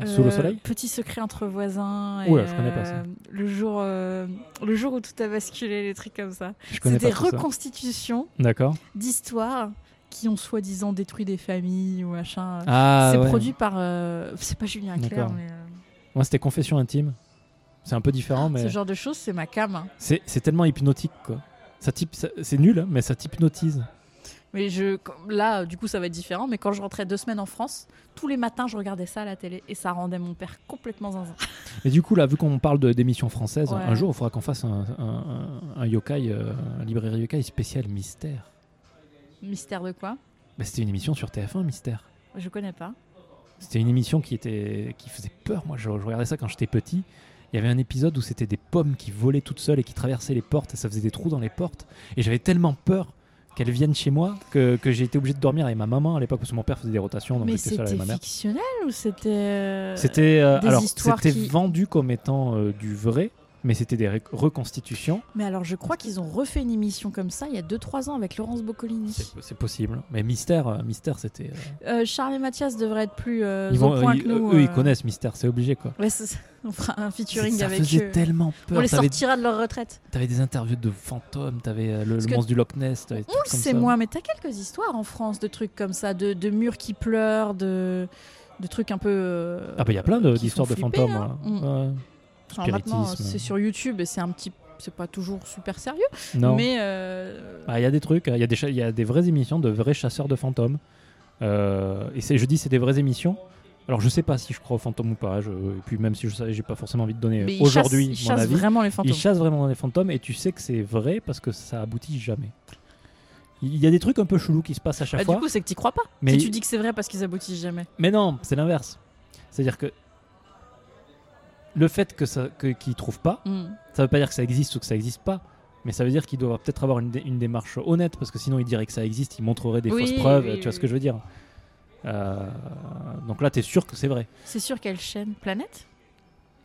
[SPEAKER 2] Euh, Sous le
[SPEAKER 3] Euh,
[SPEAKER 2] soleil
[SPEAKER 3] Petit secret entre voisins. et,
[SPEAKER 2] Oula, je connais pas ça.
[SPEAKER 3] euh, le, jour, euh, le jour où tout a basculé, les trucs comme ça.
[SPEAKER 2] Je connais
[SPEAKER 3] C'est
[SPEAKER 2] pas
[SPEAKER 3] des
[SPEAKER 2] tout ça.
[SPEAKER 3] reconstitutions
[SPEAKER 2] D'accord.
[SPEAKER 3] d'histoires qui ont soi-disant détruit des familles ou machin.
[SPEAKER 2] Ah,
[SPEAKER 3] c'est
[SPEAKER 2] ouais.
[SPEAKER 3] produit par. euh, c'est pas Julien Clerc,
[SPEAKER 2] D'accord.
[SPEAKER 3] mais. euh,
[SPEAKER 2] Moi c'était Confession intime. C'est un peu différent, mais
[SPEAKER 3] Ce Ah, genre de choses, c'est ma cam.
[SPEAKER 2] c'est c'est tellement hypnotique. quoi. Ça type, ça- c'est nul, hein, mais ça t'hypnotise.
[SPEAKER 3] Mais je, là, du coup, ça va être différent. Mais quand je rentrais deux semaines en France, tous les matins, je regardais ça à la télé et ça rendait mon père complètement zinzin.
[SPEAKER 2] Et du coup, là, vu qu'on parle de- d'émissions françaises,
[SPEAKER 3] Ouais.
[SPEAKER 2] un jour, il faudra qu'on fasse un, un- un- un yokai, euh, un librairie yokai spécial mystère.
[SPEAKER 3] Mystère de quoi
[SPEAKER 2] Bah, C'était une émission sur TF1, mystère.
[SPEAKER 3] Je connais pas.
[SPEAKER 2] C'était une émission qui était qui faisait peur. Moi, je, je regardais ça quand j'étais petit. Il y avait un épisode où c'était des pommes qui volaient toutes seules et qui traversaient les portes et ça faisait des trous dans les portes. Et j'avais tellement peur qu'elles viennent chez moi que, que j'ai été obligé de dormir avec ma maman à l'époque parce que mon père faisait des rotations donc
[SPEAKER 3] mais
[SPEAKER 2] j'étais seul
[SPEAKER 3] c'était
[SPEAKER 2] avec ma mère.
[SPEAKER 3] fictionnel ou c'était. euh,
[SPEAKER 2] C'était euh,
[SPEAKER 3] des
[SPEAKER 2] alors
[SPEAKER 3] histoires
[SPEAKER 2] c'était
[SPEAKER 3] qui-
[SPEAKER 2] vendu comme étant euh, du vrai, mais c'était des ré- reconstitutions.
[SPEAKER 3] Mais alors, je crois qu'ils ont refait une émission comme ça il y a 2-3 ans avec Laurence Boccolini.
[SPEAKER 2] C'est c'est possible, mais mystère, euh, mystère, c'était. euh,
[SPEAKER 3] Euh, Charles et Mathias devraient être plus euh,
[SPEAKER 2] ils
[SPEAKER 3] au
[SPEAKER 2] vont,
[SPEAKER 3] point
[SPEAKER 2] ils-
[SPEAKER 3] que nous.
[SPEAKER 2] eux, ils
[SPEAKER 3] euh.
[SPEAKER 2] connaissent mystère, c'est obligé quoi.
[SPEAKER 3] Ouais, c'est ça. on fera un featuring
[SPEAKER 2] Ça
[SPEAKER 3] avec
[SPEAKER 2] faisait
[SPEAKER 3] eux.
[SPEAKER 2] tellement peur.
[SPEAKER 3] On les
[SPEAKER 2] T'avais-
[SPEAKER 3] sortira de leur retraite.
[SPEAKER 2] T'avais des interviews de fantômes, t'avais euh, le, le
[SPEAKER 3] que-
[SPEAKER 2] monstre du Loch Ness, t'avais des
[SPEAKER 3] On
[SPEAKER 2] trucs
[SPEAKER 3] le
[SPEAKER 2] comme
[SPEAKER 3] sait
[SPEAKER 2] ça.
[SPEAKER 3] moins, mais t'as quelques histoires en France de trucs comme ça, de, de murs qui pleurent, de, de trucs un peu. euh,
[SPEAKER 2] Ah bah il y a plein de-
[SPEAKER 3] qui font
[SPEAKER 2] d'histoires de,
[SPEAKER 3] flipper,
[SPEAKER 2] fantômes.
[SPEAKER 3] hein.
[SPEAKER 2] ouais.
[SPEAKER 3] Mm.
[SPEAKER 2] Ouais.
[SPEAKER 3] Genre maintenant,
[SPEAKER 2] spiritisme.
[SPEAKER 3] c'est sur YouTube et c'est un petit. C'est pas toujours super sérieux,
[SPEAKER 2] Non.
[SPEAKER 3] mais. euh,
[SPEAKER 2] Ah, Il y a des trucs, il y, a des cha- il y a des vraies émissions de vrais chasseurs de fantômes. Euh, et c'est- je dis c'est des vraies émissions. Alors je sais pas si je crois aux fantômes ou pas. je- et puis même si je savais, j'ai pas forcément envie de donner
[SPEAKER 3] mais ils
[SPEAKER 2] aujourd'hui
[SPEAKER 3] chassent- ils
[SPEAKER 2] mon
[SPEAKER 3] chassent
[SPEAKER 2] avis.
[SPEAKER 3] vraiment les fantômes.
[SPEAKER 2] Ils chassent vraiment les fantômes et tu sais que c'est vrai parce que ça aboutit jamais. Il y a des trucs un peu chelous qui se passent à chaque
[SPEAKER 3] Bah,
[SPEAKER 2] fois.
[SPEAKER 3] du coup, c'est que t'y crois pas.
[SPEAKER 2] mais
[SPEAKER 3] Si tu dis que c'est vrai parce qu'ils aboutissent jamais.
[SPEAKER 2] Mais non, c'est l'inverse. C'est-à-dire que le fait que ça, que, qu'ils trouvent pas,
[SPEAKER 3] Mm.
[SPEAKER 2] ça veut pas dire que ça existe ou que ça existe pas, mais ça veut dire qu'ils doivent peut-être avoir une, dé- une démarche honnête, parce que sinon ils diraient que ça existe, ils montreraient des
[SPEAKER 3] Oui,
[SPEAKER 2] fausses preuves,
[SPEAKER 3] oui,
[SPEAKER 2] tu vois
[SPEAKER 3] oui.
[SPEAKER 2] ce que je veux dire. Euh, donc là, t'es sûr que c'est vrai
[SPEAKER 3] C'est sur quelle chaîne Planète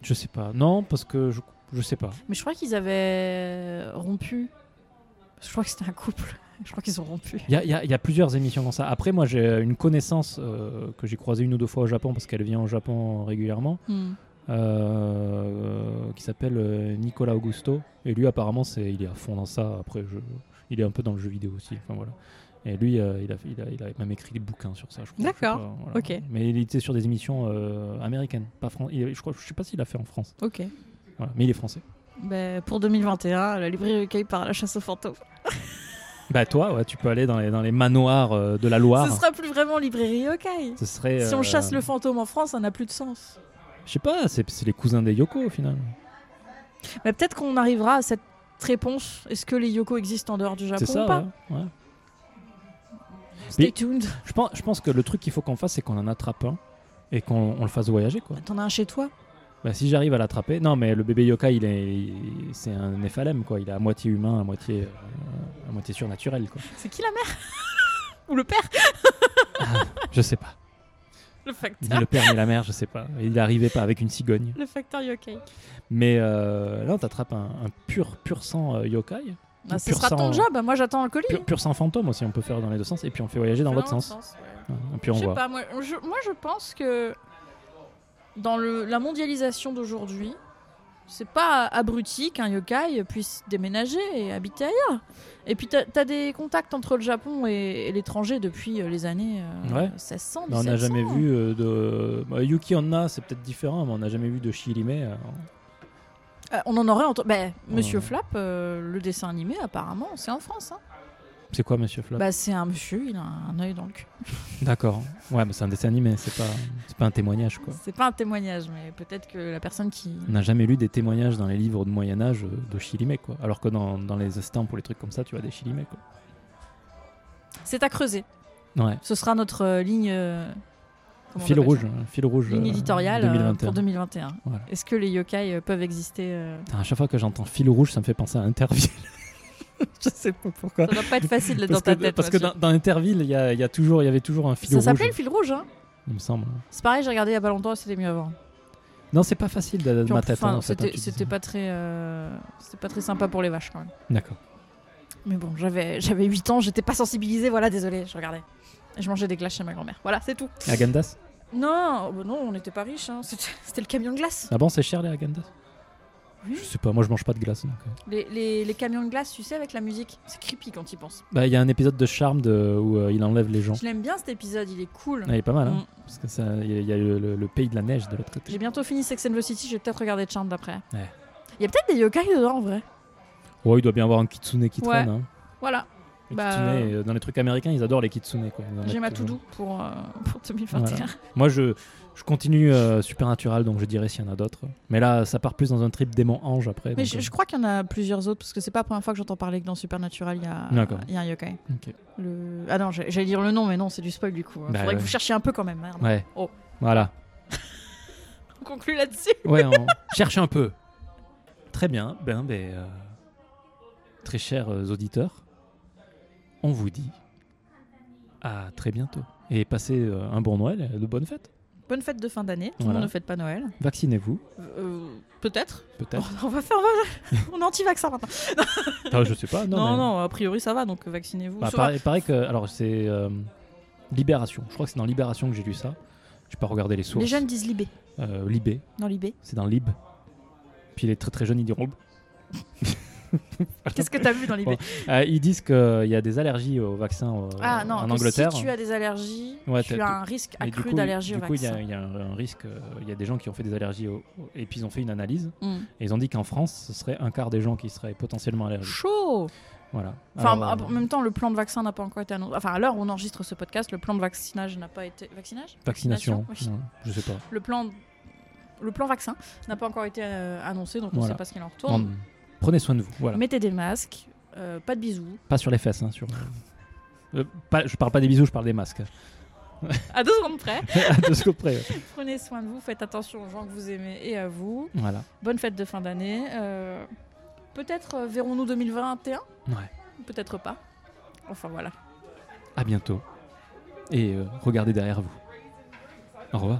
[SPEAKER 2] Je sais pas. Non, parce que je, je sais pas.
[SPEAKER 3] Mais je crois qu'ils avaient euh, rompu. Je crois que c'était un couple. Je crois qu'ils ont rompu.
[SPEAKER 2] Il y a, il y a- il y a plusieurs émissions comme ça. Après, moi, j'ai une connaissance euh, que j'ai croisée une ou deux fois au Japon, parce qu'elle vient au Japon régulièrement.
[SPEAKER 3] Hmm.
[SPEAKER 2] euh, qui s'appelle euh, Nicolas Augusto. Et lui, apparemment, c'est, il est à fond dans ça. Après, je, il est un peu dans le jeu vidéo aussi. Enfin, voilà. Et lui, euh, il, a, il, a, il a même écrit des bouquins sur ça, je crois.
[SPEAKER 3] D'accord.
[SPEAKER 2] Je sais pas, voilà.
[SPEAKER 3] Ok.
[SPEAKER 2] Mais il était sur des émissions euh, américaines, pas fran- il- Je crois, je sais pas s'il a fait en France.
[SPEAKER 3] Ok.
[SPEAKER 2] Voilà. Mais il est français.
[SPEAKER 3] Ben, pour 2021, la librairie recueille par la chasse aux fantômes.
[SPEAKER 2] bah toi, ouais, tu peux aller dans les, dans les manoirs euh, de la Loire.
[SPEAKER 3] Ce sera plus vraiment librairie yokai.
[SPEAKER 2] Ce serait,
[SPEAKER 3] Si on
[SPEAKER 2] euh,
[SPEAKER 3] chasse le fantôme en France, ça n'a plus de sens.
[SPEAKER 2] Je sais pas, c'est, c'est les cousins des Yoko au final.
[SPEAKER 3] Mais peut-être qu'on arrivera à cette réponse. Est-ce que les yokos existent en dehors du Japon
[SPEAKER 2] c'est ça,
[SPEAKER 3] ou Bah, pas
[SPEAKER 2] ouais, ouais.
[SPEAKER 3] Stay
[SPEAKER 2] Mais-
[SPEAKER 3] tuned.
[SPEAKER 2] Je pense, je pense que le truc qu'il faut qu'on fasse, c'est qu'on en attrape un et qu'on on le fasse voyager, quoi.
[SPEAKER 3] T'en as un chez toi
[SPEAKER 2] Bah, si j'arrive à l'attraper. Non, mais le bébé yokai, il est, il- c'est un Nephalem, quoi. Il est à moitié humain, à moitié, euh, à moitié surnaturel, quoi.
[SPEAKER 3] C'est qui la mère Ou le père
[SPEAKER 2] Je sais pas.
[SPEAKER 3] Le
[SPEAKER 2] Ni
[SPEAKER 3] facteur.
[SPEAKER 2] le père ni la mère, je sais pas. Il n'arrivait pas avec une cigogne.
[SPEAKER 3] Le facteur yokai.
[SPEAKER 2] Mais euh, là, on t'attrape un, un pur, pur sang euh, yokai.
[SPEAKER 3] Ah, ce
[SPEAKER 2] pur
[SPEAKER 3] sera ton
[SPEAKER 2] sang-
[SPEAKER 3] job. Moi, j'attends le colis.
[SPEAKER 2] Pur, pur sang fantôme aussi, on peut faire dans les deux sens. Et puis on fait voyager dans l'autre sens. Et puis on
[SPEAKER 3] hein. Je sais
[SPEAKER 2] voit.
[SPEAKER 3] pas, moi je, moi, je pense que dans le, la mondialisation d'aujourd'hui, c'est pas abruti qu'un yokai puisse déménager et habiter ailleurs. Et puis t'as as des contacts entre le Japon et, et l'étranger depuis euh, les années euh,
[SPEAKER 2] Ouais.
[SPEAKER 3] 1600,
[SPEAKER 2] Mais on n'a
[SPEAKER 3] 1700.
[SPEAKER 2] jamais vu euh, de. bah, Yuki Onna, c'est peut-être différent, mais on n'a jamais vu de Shihime. euh,
[SPEAKER 3] Euh, on en aurait entendu. Ben, Monsieur
[SPEAKER 2] Ouais.
[SPEAKER 3] Flap, euh, le dessin animé, apparemment, c'est en France. hein.
[SPEAKER 2] C'est quoi, monsieur Flop
[SPEAKER 3] Bah, c'est un monsieur, il a un œil dans le cul.
[SPEAKER 2] D'accord. Ouais, mais c'est un dessin animé, c'est pas, c'est pas un témoignage, quoi.
[SPEAKER 3] C'est pas un témoignage, mais peut-être que la personne qui.
[SPEAKER 2] On n'a jamais lu des témoignages dans les livres de Moyen Âge euh, de Chilimé, quoi. Alors que dans, dans les estampes pour les trucs comme ça, tu as des Chilimé, quoi.
[SPEAKER 3] C'est à creuser.
[SPEAKER 2] Ouais.
[SPEAKER 3] Ce sera notre euh, ligne. euh, comment on
[SPEAKER 2] Fil
[SPEAKER 3] appelle ça
[SPEAKER 2] rouge, hein, fil rouge.
[SPEAKER 3] Ligne
[SPEAKER 2] euh,
[SPEAKER 3] éditoriale euh,
[SPEAKER 2] 2021.
[SPEAKER 3] pour 2021.
[SPEAKER 2] Voilà.
[SPEAKER 3] Est-ce que les yokai euh, peuvent exister euh,
[SPEAKER 2] Putain, à chaque fois que j'entends fil rouge, ça me fait penser à Interville. Je sais pas pourquoi.
[SPEAKER 3] Ça doit pas être facile là, dans
[SPEAKER 2] Parce
[SPEAKER 3] ta
[SPEAKER 2] que,
[SPEAKER 3] tête.
[SPEAKER 2] parce que
[SPEAKER 3] monsieur.
[SPEAKER 2] dans, dans Interville, il y, a- il y a toujours, il y avait toujours un fil
[SPEAKER 3] ça
[SPEAKER 2] rouge.
[SPEAKER 3] s'appelait le fil rouge. Hein
[SPEAKER 2] Il me semble.
[SPEAKER 3] c'est pareil, j'ai regardé il y a pas longtemps, c'était mieux avant.
[SPEAKER 2] Non, c'est pas facile de, de
[SPEAKER 3] Puis en
[SPEAKER 2] ma
[SPEAKER 3] plus,
[SPEAKER 2] tête. hein,
[SPEAKER 3] enfin,
[SPEAKER 2] en fait, hein,
[SPEAKER 3] c'était
[SPEAKER 2] tu dis
[SPEAKER 3] c'était
[SPEAKER 2] ça.
[SPEAKER 3] pas très, euh, c'était pas très sympa pour les vaches quand même.
[SPEAKER 2] D'accord.
[SPEAKER 3] Mais bon, j'avais j'avais 8 ans, j'étais pas sensibilisée. Voilà, désolé, je regardais. Et je mangeais des glaces chez ma grand-mère. Voilà, c'est tout.
[SPEAKER 2] Les Agendas
[SPEAKER 3] Non, bah non, on n'était pas riches. hein. C'était c'était le camion de glace.
[SPEAKER 2] Ah bon, c'est cher les Agendas
[SPEAKER 3] Oui.
[SPEAKER 2] Je sais pas, moi je mange pas de glace. donc, euh.
[SPEAKER 3] Les, les- les camions de glace, tu sais, avec la musique. C'est creepy quand tu y penses.
[SPEAKER 2] Bah, il y a un épisode de Charme de- où euh, il enlève les gens.
[SPEAKER 3] Je l'aime bien cet épisode, il est cool.
[SPEAKER 2] Ah, il est pas mal, hein
[SPEAKER 3] Mm.
[SPEAKER 2] Parce que ça, il y a, il y a le, le- le pays de la neige de l'autre
[SPEAKER 3] J'ai
[SPEAKER 2] côté.
[SPEAKER 3] bientôt fini Sex and the City, je vais peut-être regarder Charmed après.
[SPEAKER 2] Ouais.
[SPEAKER 3] Il y a peut-être des yokai dedans en vrai.
[SPEAKER 2] Ouais, il doit bien y avoir un kitsune qui
[SPEAKER 3] Ouais.
[SPEAKER 2] traîne. hein.
[SPEAKER 3] Voilà.
[SPEAKER 2] Les
[SPEAKER 3] Bah,
[SPEAKER 2] kitsuné, euh, dans les trucs américains, ils adorent les kitsune. quoi. Ils en
[SPEAKER 3] J'ai ma
[SPEAKER 2] mettent, euh,
[SPEAKER 3] to-do pour, euh, pour 2021.
[SPEAKER 2] Voilà. Moi, je, je continue euh, Supernatural, donc je dirais s'il y en a d'autres. Mais là, ça part plus dans un trip démon-ange après.
[SPEAKER 3] Mais
[SPEAKER 2] donc,
[SPEAKER 3] je,
[SPEAKER 2] euh,
[SPEAKER 3] je crois qu'il y en a plusieurs autres, parce que c'est pas la première fois que j'entends parler que dans Supernatural, il y a,
[SPEAKER 2] D'accord.
[SPEAKER 3] il y a un yokai.
[SPEAKER 2] Ok.
[SPEAKER 3] Le... Ah non, j'ai- j'allais dire le nom, mais non, c'est du spoil du coup.
[SPEAKER 2] Bah,
[SPEAKER 3] Faudrait
[SPEAKER 2] ouais.
[SPEAKER 3] que vous cherchiez un peu quand même, merde.
[SPEAKER 2] Ouais.
[SPEAKER 3] Oh.
[SPEAKER 2] Voilà.
[SPEAKER 3] On conclut là-dessus.
[SPEAKER 2] Ouais, on cherche un peu. Très bien. Ben, ben, euh, très chers euh, auditeurs, on vous dit à très bientôt. Et passez euh, un bon Noël, et de bonnes fêtes.
[SPEAKER 3] Bonne fête de fin d'année. Tout le
[SPEAKER 2] Voilà.
[SPEAKER 3] monde ne fête pas Noël.
[SPEAKER 2] Vaccinez-vous,
[SPEAKER 3] Euh, Peut-être.
[SPEAKER 2] peut-être.
[SPEAKER 3] On va faire. On est anti-vaccin maintenant.
[SPEAKER 2] Enfin, Oh, je sais pas. Non,
[SPEAKER 3] Non, non,
[SPEAKER 2] mais-
[SPEAKER 3] a priori ça va, donc vaccinez-vous.
[SPEAKER 2] Bah,
[SPEAKER 3] Soit-
[SPEAKER 2] pareil, pareil que. Alors, c'est euh, Libération. Je crois que c'est dans Libération que j'ai lu ça. Je pas regardé les sources.
[SPEAKER 3] Les jeunes disent Libé.
[SPEAKER 2] Euh, Libé,
[SPEAKER 3] Dans Libé.
[SPEAKER 2] c'est dans Lib. Puis les très très jeunes, ils diront.
[SPEAKER 3] Qu'est-ce que t'as vu dans Libé
[SPEAKER 2] Euh, ils disent qu'il y a des allergies au vaccin euh,
[SPEAKER 3] Ah non,
[SPEAKER 2] en
[SPEAKER 3] que
[SPEAKER 2] Angleterre.
[SPEAKER 3] si tu as des allergies,
[SPEAKER 2] Ouais,
[SPEAKER 3] tu
[SPEAKER 2] t'as-
[SPEAKER 3] as un risque
[SPEAKER 2] Mais du
[SPEAKER 3] accru
[SPEAKER 2] coup,
[SPEAKER 3] d'allergie au
[SPEAKER 2] Du coup, il y,
[SPEAKER 3] vaccin.
[SPEAKER 2] a- il y a un un risque. euh, Il y a des gens qui ont fait des allergies au- au- et puis ils ont fait une analyse
[SPEAKER 3] Mm.
[SPEAKER 2] et ils ont dit qu'en France, ce serait un quart des gens qui seraient potentiellement allergiques.
[SPEAKER 3] Chaud
[SPEAKER 2] Voilà.
[SPEAKER 3] Enfin,
[SPEAKER 2] Alors, euh,
[SPEAKER 3] en même temps, le plan de vaccin n'a pas encore été annoncé. Enfin, à l'heure où on enregistre ce podcast, le plan de vaccinage n'a pas été. Vaccinage
[SPEAKER 2] vaccination.
[SPEAKER 3] vaccination,
[SPEAKER 2] ouais, je sais pas.
[SPEAKER 3] Le plan. Le plan vaccin n'a pas encore été euh, annoncé, donc on ne
[SPEAKER 2] Voilà.
[SPEAKER 3] sait pas ce qu'il en retourne.
[SPEAKER 2] Bon, Prenez soin de vous. Voilà.
[SPEAKER 3] Mettez des masques, euh, pas de bisous.
[SPEAKER 2] Pas sur les fesses, hein, sur. Euh, pas- je parle pas des bisous, je parle des masques.
[SPEAKER 3] À deux secondes près.
[SPEAKER 2] de ce qu'on près. ouais.
[SPEAKER 3] Prenez soin de vous, faites attention aux gens que vous aimez et à vous.
[SPEAKER 2] Voilà.
[SPEAKER 3] Bonne fête de fin d'année. Euh, Peut-être euh, verrons-nous 2021
[SPEAKER 2] Ouais.
[SPEAKER 3] Peut-être pas. Enfin voilà.
[SPEAKER 2] À bientôt. Et euh, regardez derrière vous. Au revoir.